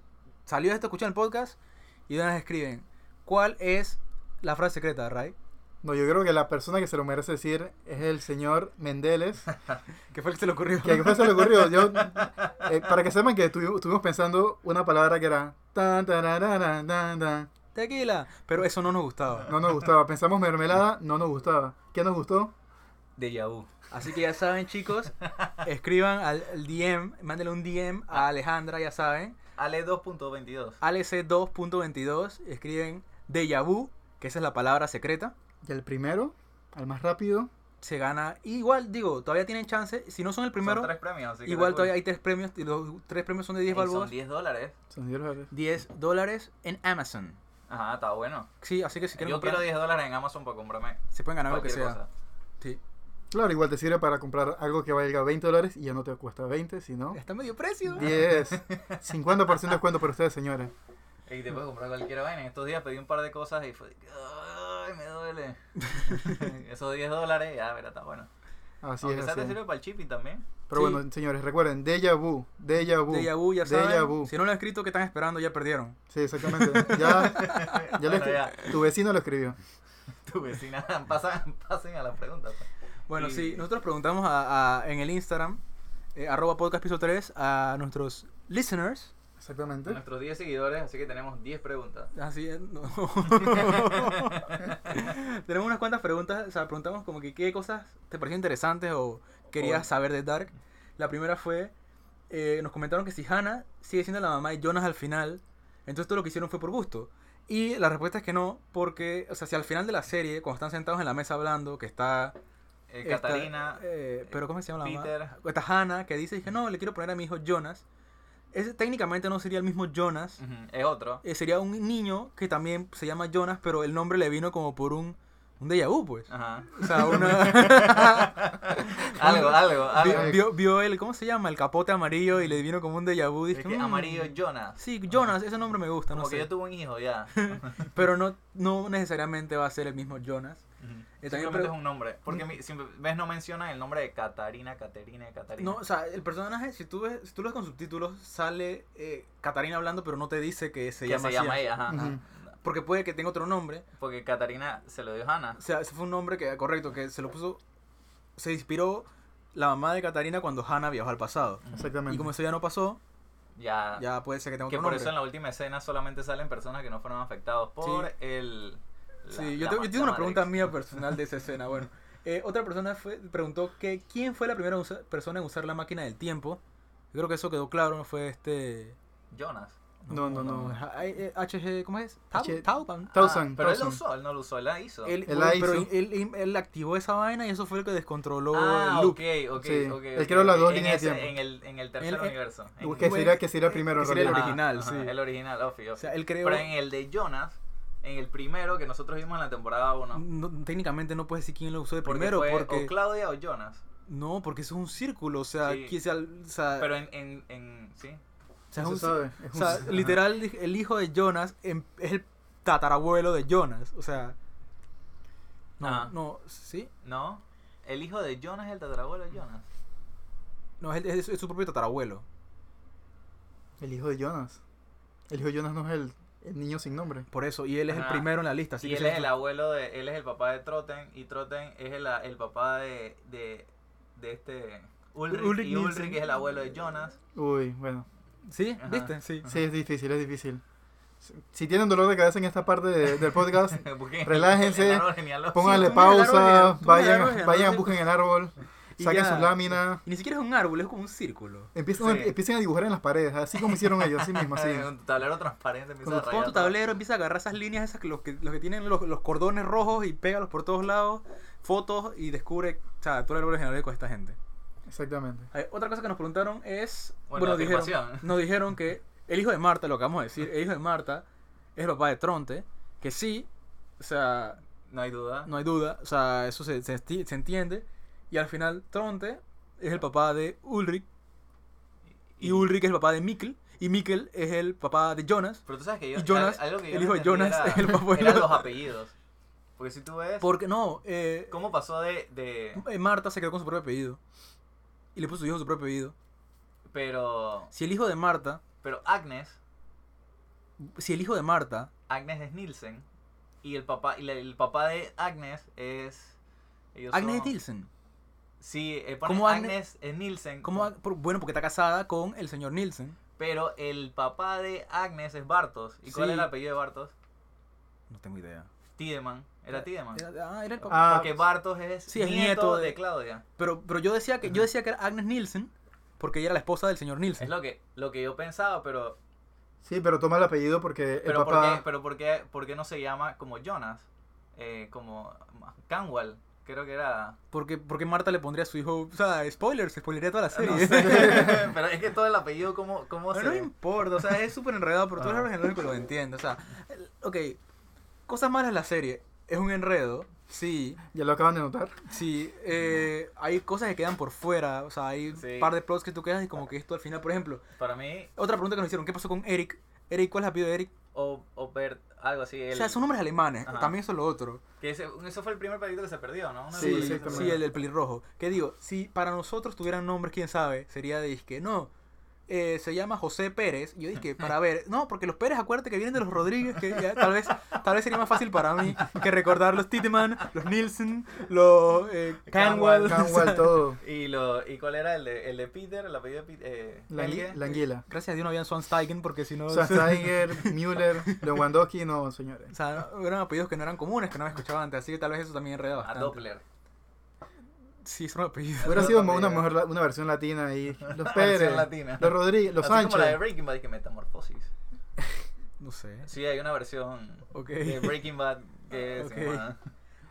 Speaker 1: salió esto, escuchan el podcast y de una vez escriben. ¿Cuál es la frase secreta, Ray?
Speaker 3: No, yo creo que la persona que se lo merece decir es el señor Mendeles.
Speaker 1: ¿Qué fue el que se le ocurrió?
Speaker 3: Que a qué fue se le ocurrió. Yo, eh, para que sepan que estuvi- estuvimos pensando una palabra que era tan, tararara, tan, tan.
Speaker 1: Tequila. Pero eso no nos gustaba.
Speaker 3: No nos gustaba. Pensamos mermelada, no nos gustaba. ¿Qué nos gustó?
Speaker 2: De Yahoo.
Speaker 1: Así que ya saben, chicos. Escriban al al DM. Mándenle un DM
Speaker 3: Ah.
Speaker 1: a Alejandra, ya saben.
Speaker 2: Ale 2.22.
Speaker 1: ALC2.22, escriben Deja Vu, que esa es la palabra secreta.
Speaker 3: Y el primero, al más rápido.
Speaker 1: Se gana, igual digo, todavía tienen chance. Si no son el primero,
Speaker 2: son tres premios. así que
Speaker 1: igual
Speaker 2: está
Speaker 1: todavía
Speaker 2: cool.
Speaker 1: hay tres premios. Y los tres premios son de 10
Speaker 2: Ey, Son
Speaker 1: balboas,
Speaker 2: 10 dólares.
Speaker 3: Son diez dólares.
Speaker 1: 10 dólares en Amazon.
Speaker 2: Ajá, está bueno.
Speaker 1: Sí, así que si quieren
Speaker 2: Yo
Speaker 1: comprar,
Speaker 2: quiero 10 dólares en Amazon para comprarme
Speaker 1: se pueden ganar lo que
Speaker 2: cualquier
Speaker 1: sea.
Speaker 2: cosa.
Speaker 1: Sí.
Speaker 3: Claro, igual te sirve para comprar algo que valga 20 dólares y ya no te cuesta 20, sino
Speaker 1: Está a medio precio.
Speaker 3: 10. 50% de descuento para ustedes, señores.
Speaker 2: Y te puedes comprar cualquier vaina. En estos días pedí un par de cosas y fue... de que, Ay, me duele. Esos 10 dólares, ya, verá, está bueno.
Speaker 3: Así
Speaker 2: Aunque
Speaker 3: es.
Speaker 2: sea te
Speaker 3: así es.
Speaker 2: sirve para el shipping también.
Speaker 3: Pero
Speaker 1: Sí.
Speaker 3: bueno, señores, recuerden, Deja Vu, Deja Vu.
Speaker 1: Deja Vu, ya
Speaker 3: Déjà
Speaker 1: saben.
Speaker 3: vu.
Speaker 1: Si no lo han escrito, que están esperando, ya perdieron.
Speaker 3: Sí, exactamente. Ya, ya, lo
Speaker 2: Bueno,
Speaker 3: escri-
Speaker 2: ya.
Speaker 3: tu vecino lo escribió.
Speaker 2: Tu vecina, pasan, pasen a las preguntas. pues.
Speaker 1: Bueno,
Speaker 2: Y-
Speaker 1: sí, nosotros preguntamos a- a- en el Instagram, eh, arroba podcast piso 3, a nuestros listeners.
Speaker 3: Exactamente.
Speaker 2: Nuestros 10 seguidores, así que tenemos 10 preguntas.
Speaker 1: Así es, no. Tenemos unas cuantas preguntas, o sea, preguntamos como que qué cosas te parecieron interesantes o querías
Speaker 2: O-
Speaker 1: saber de Dark. La primera fue, eh, nos comentaron que si Hannah sigue siendo la mamá de Jonas al final, entonces todo lo que hicieron fue por gusto. Y la respuesta es que no, porque, o sea, si al final de la serie, cuando están sentados en la mesa hablando, que está...
Speaker 2: Eh,
Speaker 1: esta-
Speaker 2: Catalina,
Speaker 1: eh, pero ¿cómo se llama la mamá?
Speaker 2: Peter.
Speaker 1: Esta Hannah que dice, dije, no, le quiero poner a mi hijo Jonas. Ese técnicamente no sería el mismo Jonas.
Speaker 2: ujú, es otro.
Speaker 1: Eh, sería un niño que también se llama Jonas, pero el nombre le vino como por un, un déjà vu, pues.
Speaker 2: Ajá.
Speaker 1: O sea, una...
Speaker 2: Algo, algo,
Speaker 1: vio,
Speaker 2: algo.
Speaker 1: vio- vio el, ¿cómo se llama? El capote amarillo y le vino como un déjà vu.
Speaker 2: Es
Speaker 1: Dije,
Speaker 2: que
Speaker 1: "Mm,
Speaker 2: amarillo Jonas.
Speaker 1: Sí, Jonas, ese nombre me gusta,
Speaker 2: Como
Speaker 1: no
Speaker 2: que
Speaker 1: sé.
Speaker 2: yo tuve un hijo ya.
Speaker 1: Pero no, no necesariamente va a ser el mismo Jonas.
Speaker 2: Ujú.
Speaker 1: también
Speaker 2: Simplemente
Speaker 1: pre-
Speaker 2: es un nombre. Porque mi- si ves, no menciona el nombre de Catarina, Caterina, Catarina.
Speaker 1: No, o sea, el personaje, si tú, ves, si tú lo ves con subtítulos, sale eh, Catarina hablando, pero no te dice que se
Speaker 2: que
Speaker 1: llama
Speaker 2: se
Speaker 1: así.
Speaker 2: llama ella. ajá, ajá.
Speaker 3: Ujú.
Speaker 1: Porque puede que tenga otro nombre.
Speaker 2: Porque Catarina se lo dio Hannah.
Speaker 1: O sea, ese fue un nombre que, correcto, que se lo puso, se inspiró la mamá de Catarina cuando Hannah viajó al pasado.
Speaker 3: Exactamente.
Speaker 1: Y como eso ya no pasó,
Speaker 2: Ya.
Speaker 1: ya puede ser que tenga
Speaker 2: Ah. que
Speaker 1: otro
Speaker 2: por
Speaker 1: nombre.
Speaker 2: eso en la última escena solamente salen personas que no fueron afectados por el. la-
Speaker 1: Sí, yo,
Speaker 2: la
Speaker 1: te-
Speaker 2: ma-
Speaker 1: yo tengo
Speaker 2: la
Speaker 1: una pregunta
Speaker 2: Matrix.
Speaker 1: mía personal de esa escena. Bueno, eh, otra persona fue, preguntó que quién fue la primera usa- persona en usar la máquina del tiempo. Yo creo que eso quedó claro, no fue este...
Speaker 2: Jonas.
Speaker 3: No, no, no.
Speaker 1: H- eh, HG, ¿cómo es? Tau-
Speaker 3: H-
Speaker 1: Taupan.
Speaker 3: Tausan,
Speaker 2: Ah, pero él lo
Speaker 3: Tausan.
Speaker 2: usó, él no lo usó, él la hizo.
Speaker 1: Él,
Speaker 3: Él la
Speaker 1: pero
Speaker 3: hizo.
Speaker 1: él, él- él activó esa vaina y eso fue lo que descontroló
Speaker 2: ah,
Speaker 1: el loop.
Speaker 2: ok, ok,
Speaker 3: Sí,
Speaker 2: ok.
Speaker 3: él
Speaker 2: ok.
Speaker 3: creó las dos
Speaker 2: En
Speaker 3: líneas de
Speaker 2: ese-
Speaker 3: tiempo.
Speaker 2: En el, en el tercer
Speaker 1: Él- él-
Speaker 2: universo. En-
Speaker 3: Que sería- que sería
Speaker 1: Eh,
Speaker 3: primero,
Speaker 1: que sería el
Speaker 3: Ajá,
Speaker 1: original,
Speaker 2: Ah, ajá,
Speaker 1: sí.
Speaker 2: El original, Ofi,
Speaker 1: O sea, él creó...
Speaker 2: Pero en el de Jonas, en el primero que nosotros vimos en la temporada 1.
Speaker 1: No, técnicamente no puedes decir quién lo usó de Mm, primero porque
Speaker 2: O Claudia o Jonas.
Speaker 1: no porque eso es un círculo o sea,
Speaker 2: Sí.
Speaker 1: que sea- o sea,
Speaker 2: Pero en. en, en sí.
Speaker 1: o sea,
Speaker 3: No
Speaker 1: es
Speaker 3: se
Speaker 1: un-
Speaker 3: sabe. es
Speaker 1: o
Speaker 3: un-
Speaker 1: sea, literal el hijo de Jonas em- es el tatarabuelo de Jonas o sea no
Speaker 2: Ajá.
Speaker 1: no sí
Speaker 2: ¿No? El hijo de Jonas es el tatarabuelo de Jonas.
Speaker 1: no es, es- es su propio tatarabuelo
Speaker 3: El hijo de Jonas. El hijo de Jonas no es el, el niño sin nombre.
Speaker 1: por eso y él es el
Speaker 2: Ajá.
Speaker 1: primero en la lista así
Speaker 2: y
Speaker 1: que
Speaker 2: él
Speaker 1: sí,
Speaker 2: es el abuelo de. Él es el papá de Trotten. Y Trotten es el, el papá de. de, de este. Ulrich.
Speaker 1: Ulrich
Speaker 2: y Ulrich
Speaker 1: Nielsen.
Speaker 2: es el abuelo de Jonas.
Speaker 3: Uy, bueno.
Speaker 1: sí
Speaker 2: Ajá.
Speaker 1: viste sí
Speaker 3: Sí, es difícil, es difícil. Si- Si tienen dolor de cabeza en esta parte de- del podcast,
Speaker 2: Porque
Speaker 3: Relájense,
Speaker 2: el árbol genealógico-
Speaker 3: pónganle
Speaker 1: Sí, pongan el árbol
Speaker 3: pausa,
Speaker 1: geneal- pongan el árbol
Speaker 3: vayan,
Speaker 1: geneal-
Speaker 3: vayan, busquen el árbol,
Speaker 1: Y
Speaker 3: saquen
Speaker 1: ya.
Speaker 3: sus láminas.
Speaker 1: y ni siquiera es un árbol es como un círculo
Speaker 3: Empiecen,
Speaker 2: Sí.
Speaker 3: empiecen a dibujar en las paredes, así como hicieron ellos, así mismo, así.
Speaker 2: Eh, Un tablero transparente empieza a
Speaker 1: Cuando pon
Speaker 2: rayar
Speaker 1: tu
Speaker 2: todo.
Speaker 1: tablero, empieza a agarrar esas líneas, esas que los que, los que tienen los, los cordones rojos y pégalos por todos lados, fotos y descubre, o sea, todo el árbol genealógico de esta gente.
Speaker 3: Exactamente.
Speaker 1: Eh, otra cosa que nos preguntaron es,
Speaker 2: Bueno,
Speaker 1: bueno,
Speaker 2: la
Speaker 1: dijeron,
Speaker 2: afirmación.
Speaker 1: nos dijeron que el hijo de Marta, lo que vamos a decir, el hijo de Marta es el papá de Tronte, que sí, o sea,
Speaker 2: No hay duda.
Speaker 1: no hay duda, o sea, eso se, se esti- se entiende, y al final Tronte es el papá de Ulrich, y, Ulrich es el papá de Mikkel, y Mikkel es el papá de Jonas,
Speaker 2: Pero tú sabes que yo,
Speaker 1: Y Jonas,
Speaker 2: al- algo que
Speaker 1: el
Speaker 2: yo no
Speaker 1: hijo de
Speaker 2: entendí
Speaker 1: Jonas,
Speaker 2: era-
Speaker 1: el papá de-
Speaker 2: eran los apellidos. Porque si tú ves,
Speaker 1: porque no, eh,
Speaker 2: ¿cómo pasó de, de-
Speaker 1: Eh, Marta se quedó con su propio apellido. Y le puso su hijo su propio apellido.
Speaker 2: Pero.
Speaker 1: Si el hijo de Marta,
Speaker 2: Pero Agnes,
Speaker 1: si el hijo de Marta,
Speaker 2: Agnes es Nielsen. Y el papá, y la- el papá de Agnes es. ellos
Speaker 1: Agnes
Speaker 2: son-
Speaker 1: Nielsen.
Speaker 2: Sí, eh, pone
Speaker 1: ¿Cómo Agne-
Speaker 2: Agnes es Nielsen.
Speaker 1: ¿Cómo va- por- bueno, porque está casada con el señor Nielsen.
Speaker 2: Pero el papá de Agnes es Bartos. ¿Y cuál
Speaker 1: Sí.
Speaker 2: es el apellido de Bartos?
Speaker 1: No tengo idea.
Speaker 2: Tiedemann. Era Tiedemann.
Speaker 1: Era- ah, era el papá.
Speaker 3: Ah,
Speaker 2: Porque Bartos es,
Speaker 1: sí, es
Speaker 2: nieto,
Speaker 1: nieto de-
Speaker 2: de Claudia.
Speaker 1: Pero, pero yo decía que yo decía que era Agnes Nielsen porque ella era la esposa del señor
Speaker 2: Es
Speaker 1: Nielsen.
Speaker 2: lo que, lo que yo pensaba, pero
Speaker 3: Sí, pero toma el apellido porque el
Speaker 2: Pero, ¿por,
Speaker 3: papá...
Speaker 2: qué, pero por, qué, por qué no se llama como Jonas? Eh, como Canwell, creo que era.
Speaker 1: Porque, porque Marta le pondría a su hijo, o sea, spoilers, spoilería toda la serie.
Speaker 2: Ah, No sé, pero es que todo el apellido, ¿cómo, cómo
Speaker 1: No,
Speaker 2: se.?
Speaker 1: no importa, o sea, es súper enredado, pero tú eres
Speaker 2: Ah.
Speaker 1: el genealógico lo entiendes. O sea, el- ok, cosas malas de la serie. Es un enredo, sí,
Speaker 3: Ya lo acaban de notar.
Speaker 1: Sí, eh, hay cosas que quedan por fuera, o sea, hay
Speaker 2: Sí.
Speaker 1: un par de plots que tú quedas y como que esto al final, por ejemplo,
Speaker 2: Para mí,
Speaker 1: otra pregunta que nos hicieron, ¿qué pasó con Eric? Eric, ¿cuál es el apellido de Eric?
Speaker 2: o, o Bert, algo así.
Speaker 1: O
Speaker 2: el-
Speaker 1: sea, son nombres alemanes,
Speaker 2: Ajá.
Speaker 1: también eso es lo otro.
Speaker 2: que ese, eso fue el primer apellido que se perdió, ¿no? Uno de los
Speaker 1: Sí,
Speaker 2: apellidos que se
Speaker 3: exactamente.
Speaker 1: sí,
Speaker 2: perdió.
Speaker 1: el del pelirrojo. Que digo, si para nosotros tuvieran nombres, quién sabe, sería de que no, eh, se llama José Pérez. Y yo dije, para ver, no, porque los Pérez, acuérdate que vienen de los Rodríguez, que ya tal vez tal vez sería más fácil para mí que recordar los Titman, los Nielsen, los eh, Canwell. o sea,
Speaker 3: Canwell, todo.
Speaker 2: Y, lo, ¿Y cuál era el de, el de Peter? El apellido de Peter. Eh,
Speaker 3: La,
Speaker 2: Helge.
Speaker 3: angui- la anguila.
Speaker 1: Gracias a Dios no habían Swansteigen porque si no...
Speaker 3: O sea, Tiger, Müller, Lewandowski, no, señores.
Speaker 1: O sea, eran apellidos que no eran comunes, que no había escuchado antes, así que tal vez eso también enreda
Speaker 2: A
Speaker 1: bastante.
Speaker 2: Doppler.
Speaker 1: Sí, son apellidos.
Speaker 3: Hubiera
Speaker 2: No,
Speaker 3: sido
Speaker 2: no,
Speaker 3: una,
Speaker 2: mira.
Speaker 3: mejor, una versión latina ahí. Los Pérez,
Speaker 2: Versión latina.
Speaker 3: los Rodríguez, los
Speaker 2: Así como la de
Speaker 3: Sánchez.
Speaker 2: Breaking Bad que metamorfosis.
Speaker 1: No sé.
Speaker 2: Sí, hay una versión
Speaker 1: Ok.
Speaker 2: de Breaking Bad que
Speaker 1: Ok.
Speaker 2: se llama...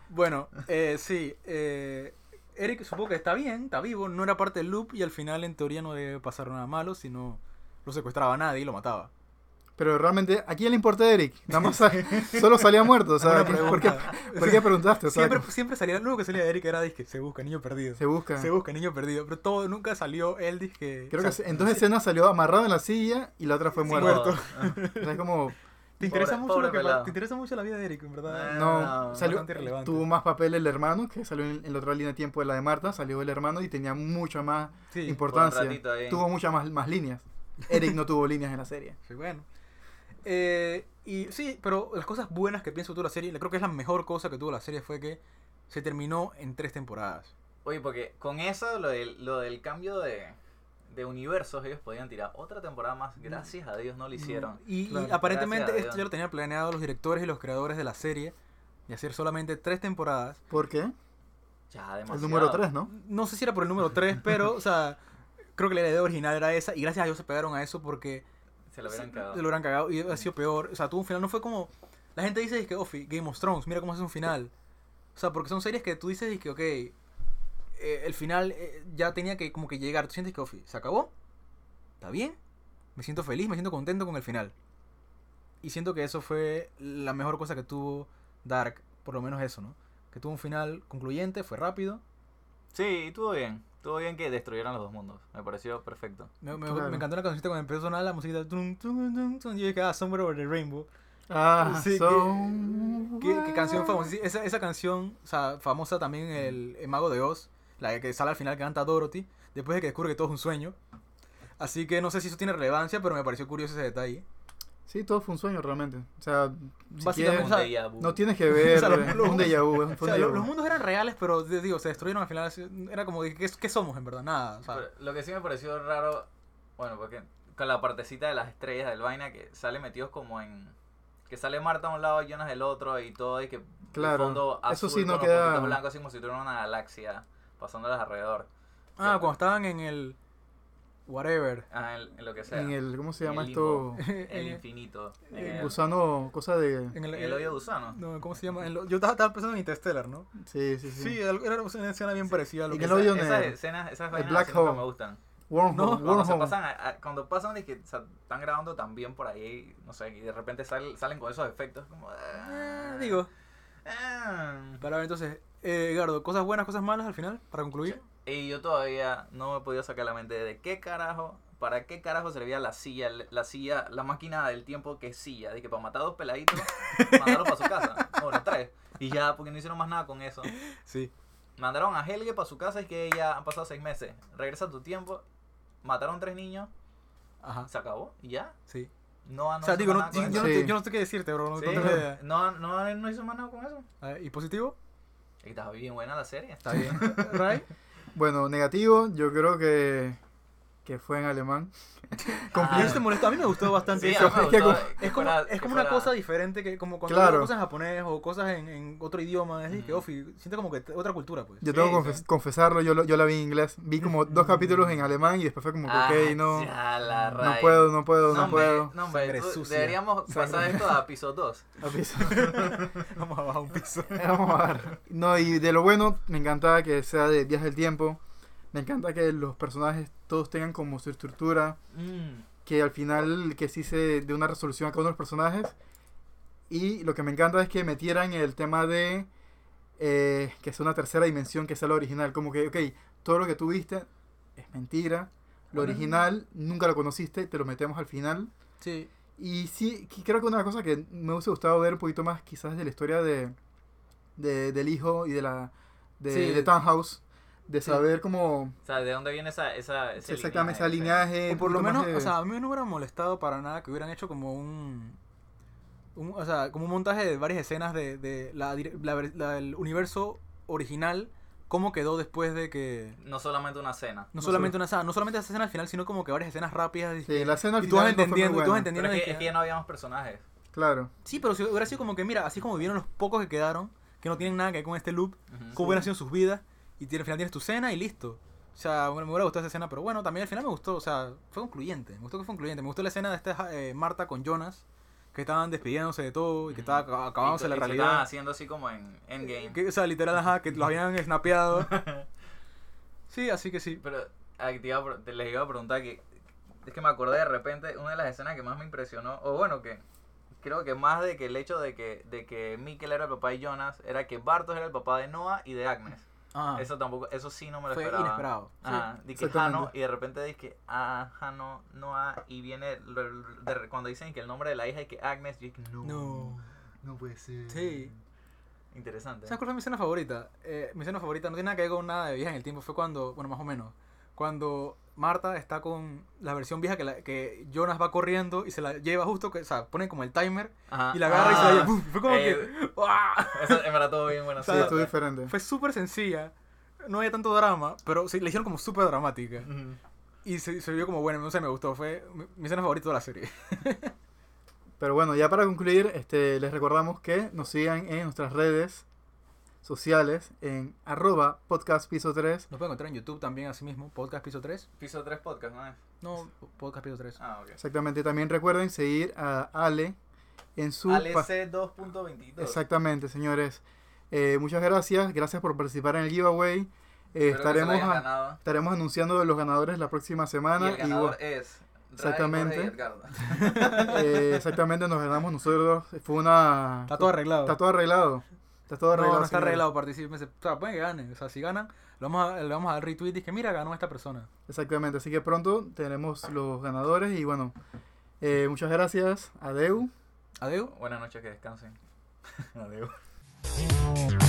Speaker 1: Bueno, eh, sí. eh, Eric supongo que está bien, está vivo, no era parte del loop y al final en teoría no debe pasar nada malo, sino lo secuestraba a nadie y lo mataba.
Speaker 3: Pero realmente, ¿a quién le importa Eric? Nada más a- solo salía muerto. O sea,
Speaker 1: Buena
Speaker 3: ¿qué- ¿por, qué,
Speaker 1: pregunta.
Speaker 3: por qué preguntaste? O sea,
Speaker 1: Siempre, siempre salía, luego que salía Eric era disque, se busca niño perdido.
Speaker 3: se busca.
Speaker 1: Se busca niño perdido, pero todo, nunca salió el disque.
Speaker 3: Creo
Speaker 1: o sea,
Speaker 3: que sí. en dos escenas salió amarrado en la silla y la otra fue muerta.
Speaker 1: muerto.
Speaker 3: O sea, es como,
Speaker 1: Te interesa,
Speaker 2: Pobre-
Speaker 1: mucho
Speaker 2: pobre
Speaker 1: lo que pa-
Speaker 2: pelado. Eh,
Speaker 1: te interesa mucho la vida de Eric, en verdad.
Speaker 3: no,
Speaker 2: no,
Speaker 3: salió,
Speaker 1: Ah, bastante irrelevante.
Speaker 3: tuvo más papel el hermano, que salió en, en la otra línea de tiempo de la de Marta, salió el hermano y tenía mucha más
Speaker 1: Sí.
Speaker 3: importancia.
Speaker 2: por un ratito ahí.
Speaker 3: Tuvo muchas más, más líneas. Eric no tuvo líneas en la serie.
Speaker 1: Sí, bueno. Eh, y sí, pero las cosas buenas que pienso que tuvo la serie, creo que es la mejor cosa que tuvo la serie fue que se terminó en tres temporadas.
Speaker 2: Oye, porque con eso, lo del, lo del cambio de, de universos, ellos podían tirar otra temporada
Speaker 3: Mm.
Speaker 2: más. Gracias a Dios no lo hicieron.
Speaker 1: Y, y
Speaker 3: Claro.
Speaker 1: aparentemente
Speaker 2: Gracias a
Speaker 1: esto
Speaker 2: Dios.
Speaker 1: ya lo tenían planeado los directores y los creadores de la serie y hacer solamente tres temporadas.
Speaker 3: ¿Por qué?
Speaker 2: Ya, demasiado.
Speaker 3: El número 3, ¿no?
Speaker 1: No sé si era por el número tres, pero, o sea, creo que la idea original era esa y gracias a Dios se pegaron a eso porque
Speaker 2: Se lo hubieran
Speaker 1: se-
Speaker 2: cagado.
Speaker 1: se lo hubieran cagado y ha sido peor. O sea, tuvo un final, no fue como. La gente dice que, ofi, Game of Thrones, mira cómo hace un final. O sea, porque son series que tú dices que, ok, eh, el final eh, ya tenía que como que llegar. Tú sientes que, ofi, se acabó, está bien, me siento feliz, me siento contento con el final. Y siento que eso fue la mejor cosa que tuvo Dark, por lo menos eso, ¿no? Que tuvo un final concluyente, fue rápido.
Speaker 2: Sí, estuvo bien. Estuvo bien que destruyeran los dos mundos. Me pareció perfecto.
Speaker 1: Me, me-
Speaker 3: Claro.
Speaker 1: me encantó la cancioncita cuando empezó a sonar la musiquita. tun, tun, tun, tun, y yo dije, ah, Somewhere Over the Rainbow.
Speaker 3: Ah,
Speaker 1: Uh, Sí,
Speaker 3: so-
Speaker 1: ¿Qué, qué canción famosa? Sí, Esa, esa canción, o sea, famosa también el, el Mago de Oz, la que sale al final que canta Dorothy, después de que descubre que todo es un sueño. Así que no sé si eso tiene relevancia, pero me pareció curioso ese detalle.
Speaker 3: Sí, todo fue un sueño realmente. O sea, si
Speaker 1: Básicamente,
Speaker 3: quieres-
Speaker 1: sea,
Speaker 2: déjà vu.
Speaker 3: no tienes que ver.
Speaker 1: O sea, los-
Speaker 3: eh,
Speaker 1: los-
Speaker 3: un déjà vu, es un
Speaker 1: O sea,
Speaker 3: déjà
Speaker 1: lo-
Speaker 3: vu.
Speaker 1: los mundos eran reales, pero te digo, se destruyeron al final. así, Era como, de, ¿qué, qué somos en verdad? Nada. o sea, ah,
Speaker 2: Pero lo que sí me pareció raro, bueno, porque con la partecita de las estrellas del vaina que sale metidos como en... Que sale Marta a un lado, Jonas del otro y todo, y que el
Speaker 3: Claro,
Speaker 2: fondo
Speaker 3: eso
Speaker 2: azul
Speaker 3: sí
Speaker 2: con
Speaker 3: no
Speaker 2: los
Speaker 3: queda-
Speaker 2: puntitos blancos, así como si tuviera una galaxia pasándolas alrededor.
Speaker 1: ah, cuando estaban en el. Whatever.
Speaker 2: Ah, en, en lo que sea.
Speaker 3: En el, ¿cómo se
Speaker 2: en
Speaker 3: llama
Speaker 2: el
Speaker 3: esto?
Speaker 2: El
Speaker 1: en,
Speaker 2: infinito. En
Speaker 1: Eh,
Speaker 2: el,
Speaker 3: Gusano, cosa de.
Speaker 1: en el,
Speaker 2: en el hoyo de gusano.
Speaker 1: No, ¿cómo se llama? En lo- yo estaba, estaba pensando en Interstellar, ¿no?
Speaker 3: Sí, sí, sí.
Speaker 1: Sí, algo- era una escena bien parecida a lo
Speaker 3: ¿Y
Speaker 1: que.
Speaker 3: qué lo-
Speaker 2: Esa-
Speaker 3: hoyo en
Speaker 2: esas
Speaker 3: el-
Speaker 2: escenas, esas
Speaker 3: el
Speaker 2: vainas
Speaker 3: black
Speaker 2: así nunca
Speaker 3: hole.
Speaker 2: me gustan.
Speaker 3: Wormhole,
Speaker 1: No,
Speaker 2: Cuando se
Speaker 3: wormhole.
Speaker 2: pasan a- a- cuando pasan, es que se están grabando también por ahí, no sé, y de repente sal- salen con esos efectos, como...
Speaker 1: Eh, digo.
Speaker 2: Ah.
Speaker 1: Para ver, entonces, eh, Edgardo, cosas buenas, cosas malas al final, para concluir.
Speaker 2: Y yo todavía no me he podido sacar la mente de qué carajo, para qué carajo servía la silla, la silla, la máquina del tiempo que es silla. De que para matar a dos peladitos, mandarlos para su casa. Bueno, tres. Y ya, porque no hicieron más nada con eso.
Speaker 1: Sí.
Speaker 2: Mandaron a Helge para su casa y que ya han pasado seis meses. Regresa a tu tiempo, mataron tres niños,
Speaker 1: Ajá.
Speaker 2: se acabó y ya.
Speaker 1: Sí.
Speaker 2: No han
Speaker 1: o sea, digo, no, yo, yo no
Speaker 2: no,
Speaker 1: te-
Speaker 3: Sí.
Speaker 1: yo no sé qué decirte, bro. No,
Speaker 2: hizo
Speaker 1: no
Speaker 2: más
Speaker 1: tengo idea.
Speaker 2: nada con eso. Sí, no, no, no hizo más nada con eso.
Speaker 1: A ver, ¿Y positivo?
Speaker 2: Y estaba bien buena la serie.
Speaker 1: Está bien. ¿Right?
Speaker 3: Bueno, negativo, yo creo que. que fue en alemán.
Speaker 1: Y eso
Speaker 2: Ah,
Speaker 1: te molestó. A mí me gustó bastante.
Speaker 2: sí,
Speaker 1: eso.
Speaker 2: a mí me
Speaker 3: es que
Speaker 2: gustó
Speaker 3: como-
Speaker 2: que
Speaker 1: es como,
Speaker 2: fuera-
Speaker 1: es
Speaker 2: que
Speaker 1: como una
Speaker 2: fuera-
Speaker 1: cosa diferente que como cuando
Speaker 3: Claro.
Speaker 1: veo cosas en japonés o cosas en, en otro idioma, es decir, que
Speaker 2: Ujú.
Speaker 1: ofi, siente como que t- otra cultura, pues.
Speaker 3: Yo
Speaker 2: Sí,
Speaker 3: tengo que
Speaker 2: sí.
Speaker 3: confes- confesarlo, yo, lo- yo la vi en inglés. Vi como dos capítulos en alemán y después fue como que,
Speaker 2: Ah,
Speaker 3: ok, no.
Speaker 2: ya, la
Speaker 3: No
Speaker 2: raíz.
Speaker 3: puedo, no puedo, no,
Speaker 2: hombre,
Speaker 3: puedo.
Speaker 2: no, hombre,
Speaker 1: Sangre
Speaker 2: tú-
Speaker 1: sucia.
Speaker 2: deberíamos pasar esto a piso 2.
Speaker 3: Aviso.
Speaker 1: Vamos a bajar un piso.
Speaker 3: Vamos a ver. No, y de lo bueno, me encanta que sea de viaje del tiempo. Me encanta que los personajes todos tengan como su estructura.
Speaker 2: Mm.
Speaker 3: que al final que sí se dé una resolución a cada uno de los personajes. Y lo que me encanta es que metieran el tema de eh, que es una tercera dimensión que sea la original. Como que, ok, todo lo que tú viste es mentira. Lo
Speaker 2: Bueno.
Speaker 3: original nunca lo conociste, te lo metemos al final.
Speaker 1: Sí.
Speaker 3: Y sí, que- creo que una cosa que me hubiese gustado ver un poquito más quizás de la historia de, de- del hijo y de la de,
Speaker 1: Sí.
Speaker 3: de Tannhaus. de saber cómo
Speaker 4: O sea, ¿de dónde viene esa, esa, ese
Speaker 3: exactamente ese
Speaker 4: lineaje?
Speaker 3: lineaje.
Speaker 1: O Eh, por lo
Speaker 3: un poquito
Speaker 1: menos, o
Speaker 3: más de-
Speaker 1: sea, a mí no me hubiera molestado para nada que hubieran hecho como un. un- o sea, como un montaje de varias escenas de, de la, dire- la ver- la del universo original, cómo quedó después de que.
Speaker 2: No solamente una cena.
Speaker 1: No,
Speaker 3: No
Speaker 1: solamente una escena, no solamente esa escena al final, sino como que varias escenas rápidas.
Speaker 3: Sí, la escena al
Speaker 1: y tú vas
Speaker 3: final no fue muy
Speaker 1: entendiendo, y tú vas
Speaker 3: buena.
Speaker 1: entendiendo.
Speaker 2: Pero es
Speaker 1: de
Speaker 2: que, es que
Speaker 1: que-
Speaker 2: ya no había más personajes.
Speaker 3: Claro.
Speaker 1: Sí, pero si hubiera sido como que, mira, así como vieron los pocos que quedaron, que no tienen nada que ver con este loop,
Speaker 2: Ujú.
Speaker 1: cómo hubieran sido sus vidas, y tiene- al final tienes tu cena y listo. O sea, bueno, me hubiera gustado esa escena, pero bueno, también al final me gustó, o sea, fue concluyente, me gustó que fue concluyente. Me gustó la escena de esta ja- eh, Marta con Jonas, que estaban despidiéndose de todo y que estaba aca- acabándose
Speaker 2: Y-
Speaker 1: la
Speaker 2: y se estaban
Speaker 1: realidad.
Speaker 2: haciendo así como en Endgame.
Speaker 1: Que, o sea, literal, ajá, que los habían snapeado. Sí, así que sí.
Speaker 2: Pero ahí te iba a pre- te- les iba a preguntar que es que me acordé de repente una de las escenas que más me impresionó, o bueno, que creo que más de que el hecho de que de que Mikkel era el papá de Jonas, era que Bartos era el papá de Noah y de Agnes.
Speaker 1: Ah,
Speaker 2: Eso tampoco, eso sí no me lo
Speaker 1: fue
Speaker 2: esperaba. Ah,
Speaker 1: inesperado.
Speaker 2: Ajá, di que
Speaker 3: exactamente.
Speaker 2: Jano, y de repente dice que ah, Jano, Noah, y viene lo- lo- de- cuando dicen que el nombre de la hija es que Agnes, yo dije, no,
Speaker 1: No.
Speaker 2: no, puede ser.
Speaker 1: Sí.
Speaker 2: Interesante.
Speaker 1: ¿Sabes cuál fue mi escena favorita? Eh, mi escena favorita no tiene nada que ver con nada de viaje en el tiempo. Fue cuando, bueno, más o menos, cuando Marta está con la versión vieja que, la- que Jonas va corriendo y se la lleva justo, que, o sea, pone como el timer
Speaker 2: Ajá.
Speaker 1: y la agarra y se la
Speaker 2: Ah,
Speaker 1: lleva. ¡puf! Fue como
Speaker 2: eh,
Speaker 1: que. ¡guau!
Speaker 2: Eso en verdad todo bien bueno.
Speaker 3: Sí,
Speaker 1: sea,
Speaker 3: estuvo diferente.
Speaker 1: Fue súper sencilla. No había tanto drama, pero sí, le hicieron como súper dramática. Y se, se vio como buena, no sé, me gustó. Fue mi, mi escena favorita de la serie.
Speaker 3: Pero bueno, ya para concluir, este, les recordamos que nos sigan en nuestras redes sociales en arroba podcast piso 3.
Speaker 1: Nos pueden encontrar en YouTube también, así mismo. Podcast Piso 3.
Speaker 2: Piso 3 podcast, ¿no es?
Speaker 1: No, Podcast Piso 3.
Speaker 2: Ah, ok.
Speaker 3: Exactamente. También recuerden seguir a Ale en su... pa-
Speaker 2: ALC 2.22.
Speaker 3: Exactamente, señores. Eh, muchas gracias. Gracias por participar en el giveaway. Eh, estaremos, a-
Speaker 2: a...
Speaker 3: estaremos anunciando los ganadores la próxima
Speaker 2: Y
Speaker 3: semana.
Speaker 2: el ganador es.
Speaker 3: Exactamente.
Speaker 2: Exactamente.
Speaker 3: bueno, eh, exactamente nos ganamos nosotros. Fue una...
Speaker 1: Está todo arreglado.
Speaker 3: Está todo arreglado. Está todo arreglado.
Speaker 1: No, no está
Speaker 3: señores.
Speaker 1: arreglado, participen. O sea, pueden que ganen. O sea, si ganan, le vamos a, le vamos a dar retweet y que mira, ganó esta persona.
Speaker 3: Exactamente, así que pronto tenemos los ganadores y bueno, eh, muchas gracias, adeu.
Speaker 1: Adiós.
Speaker 2: Buenas noches, que descansen. Adiós.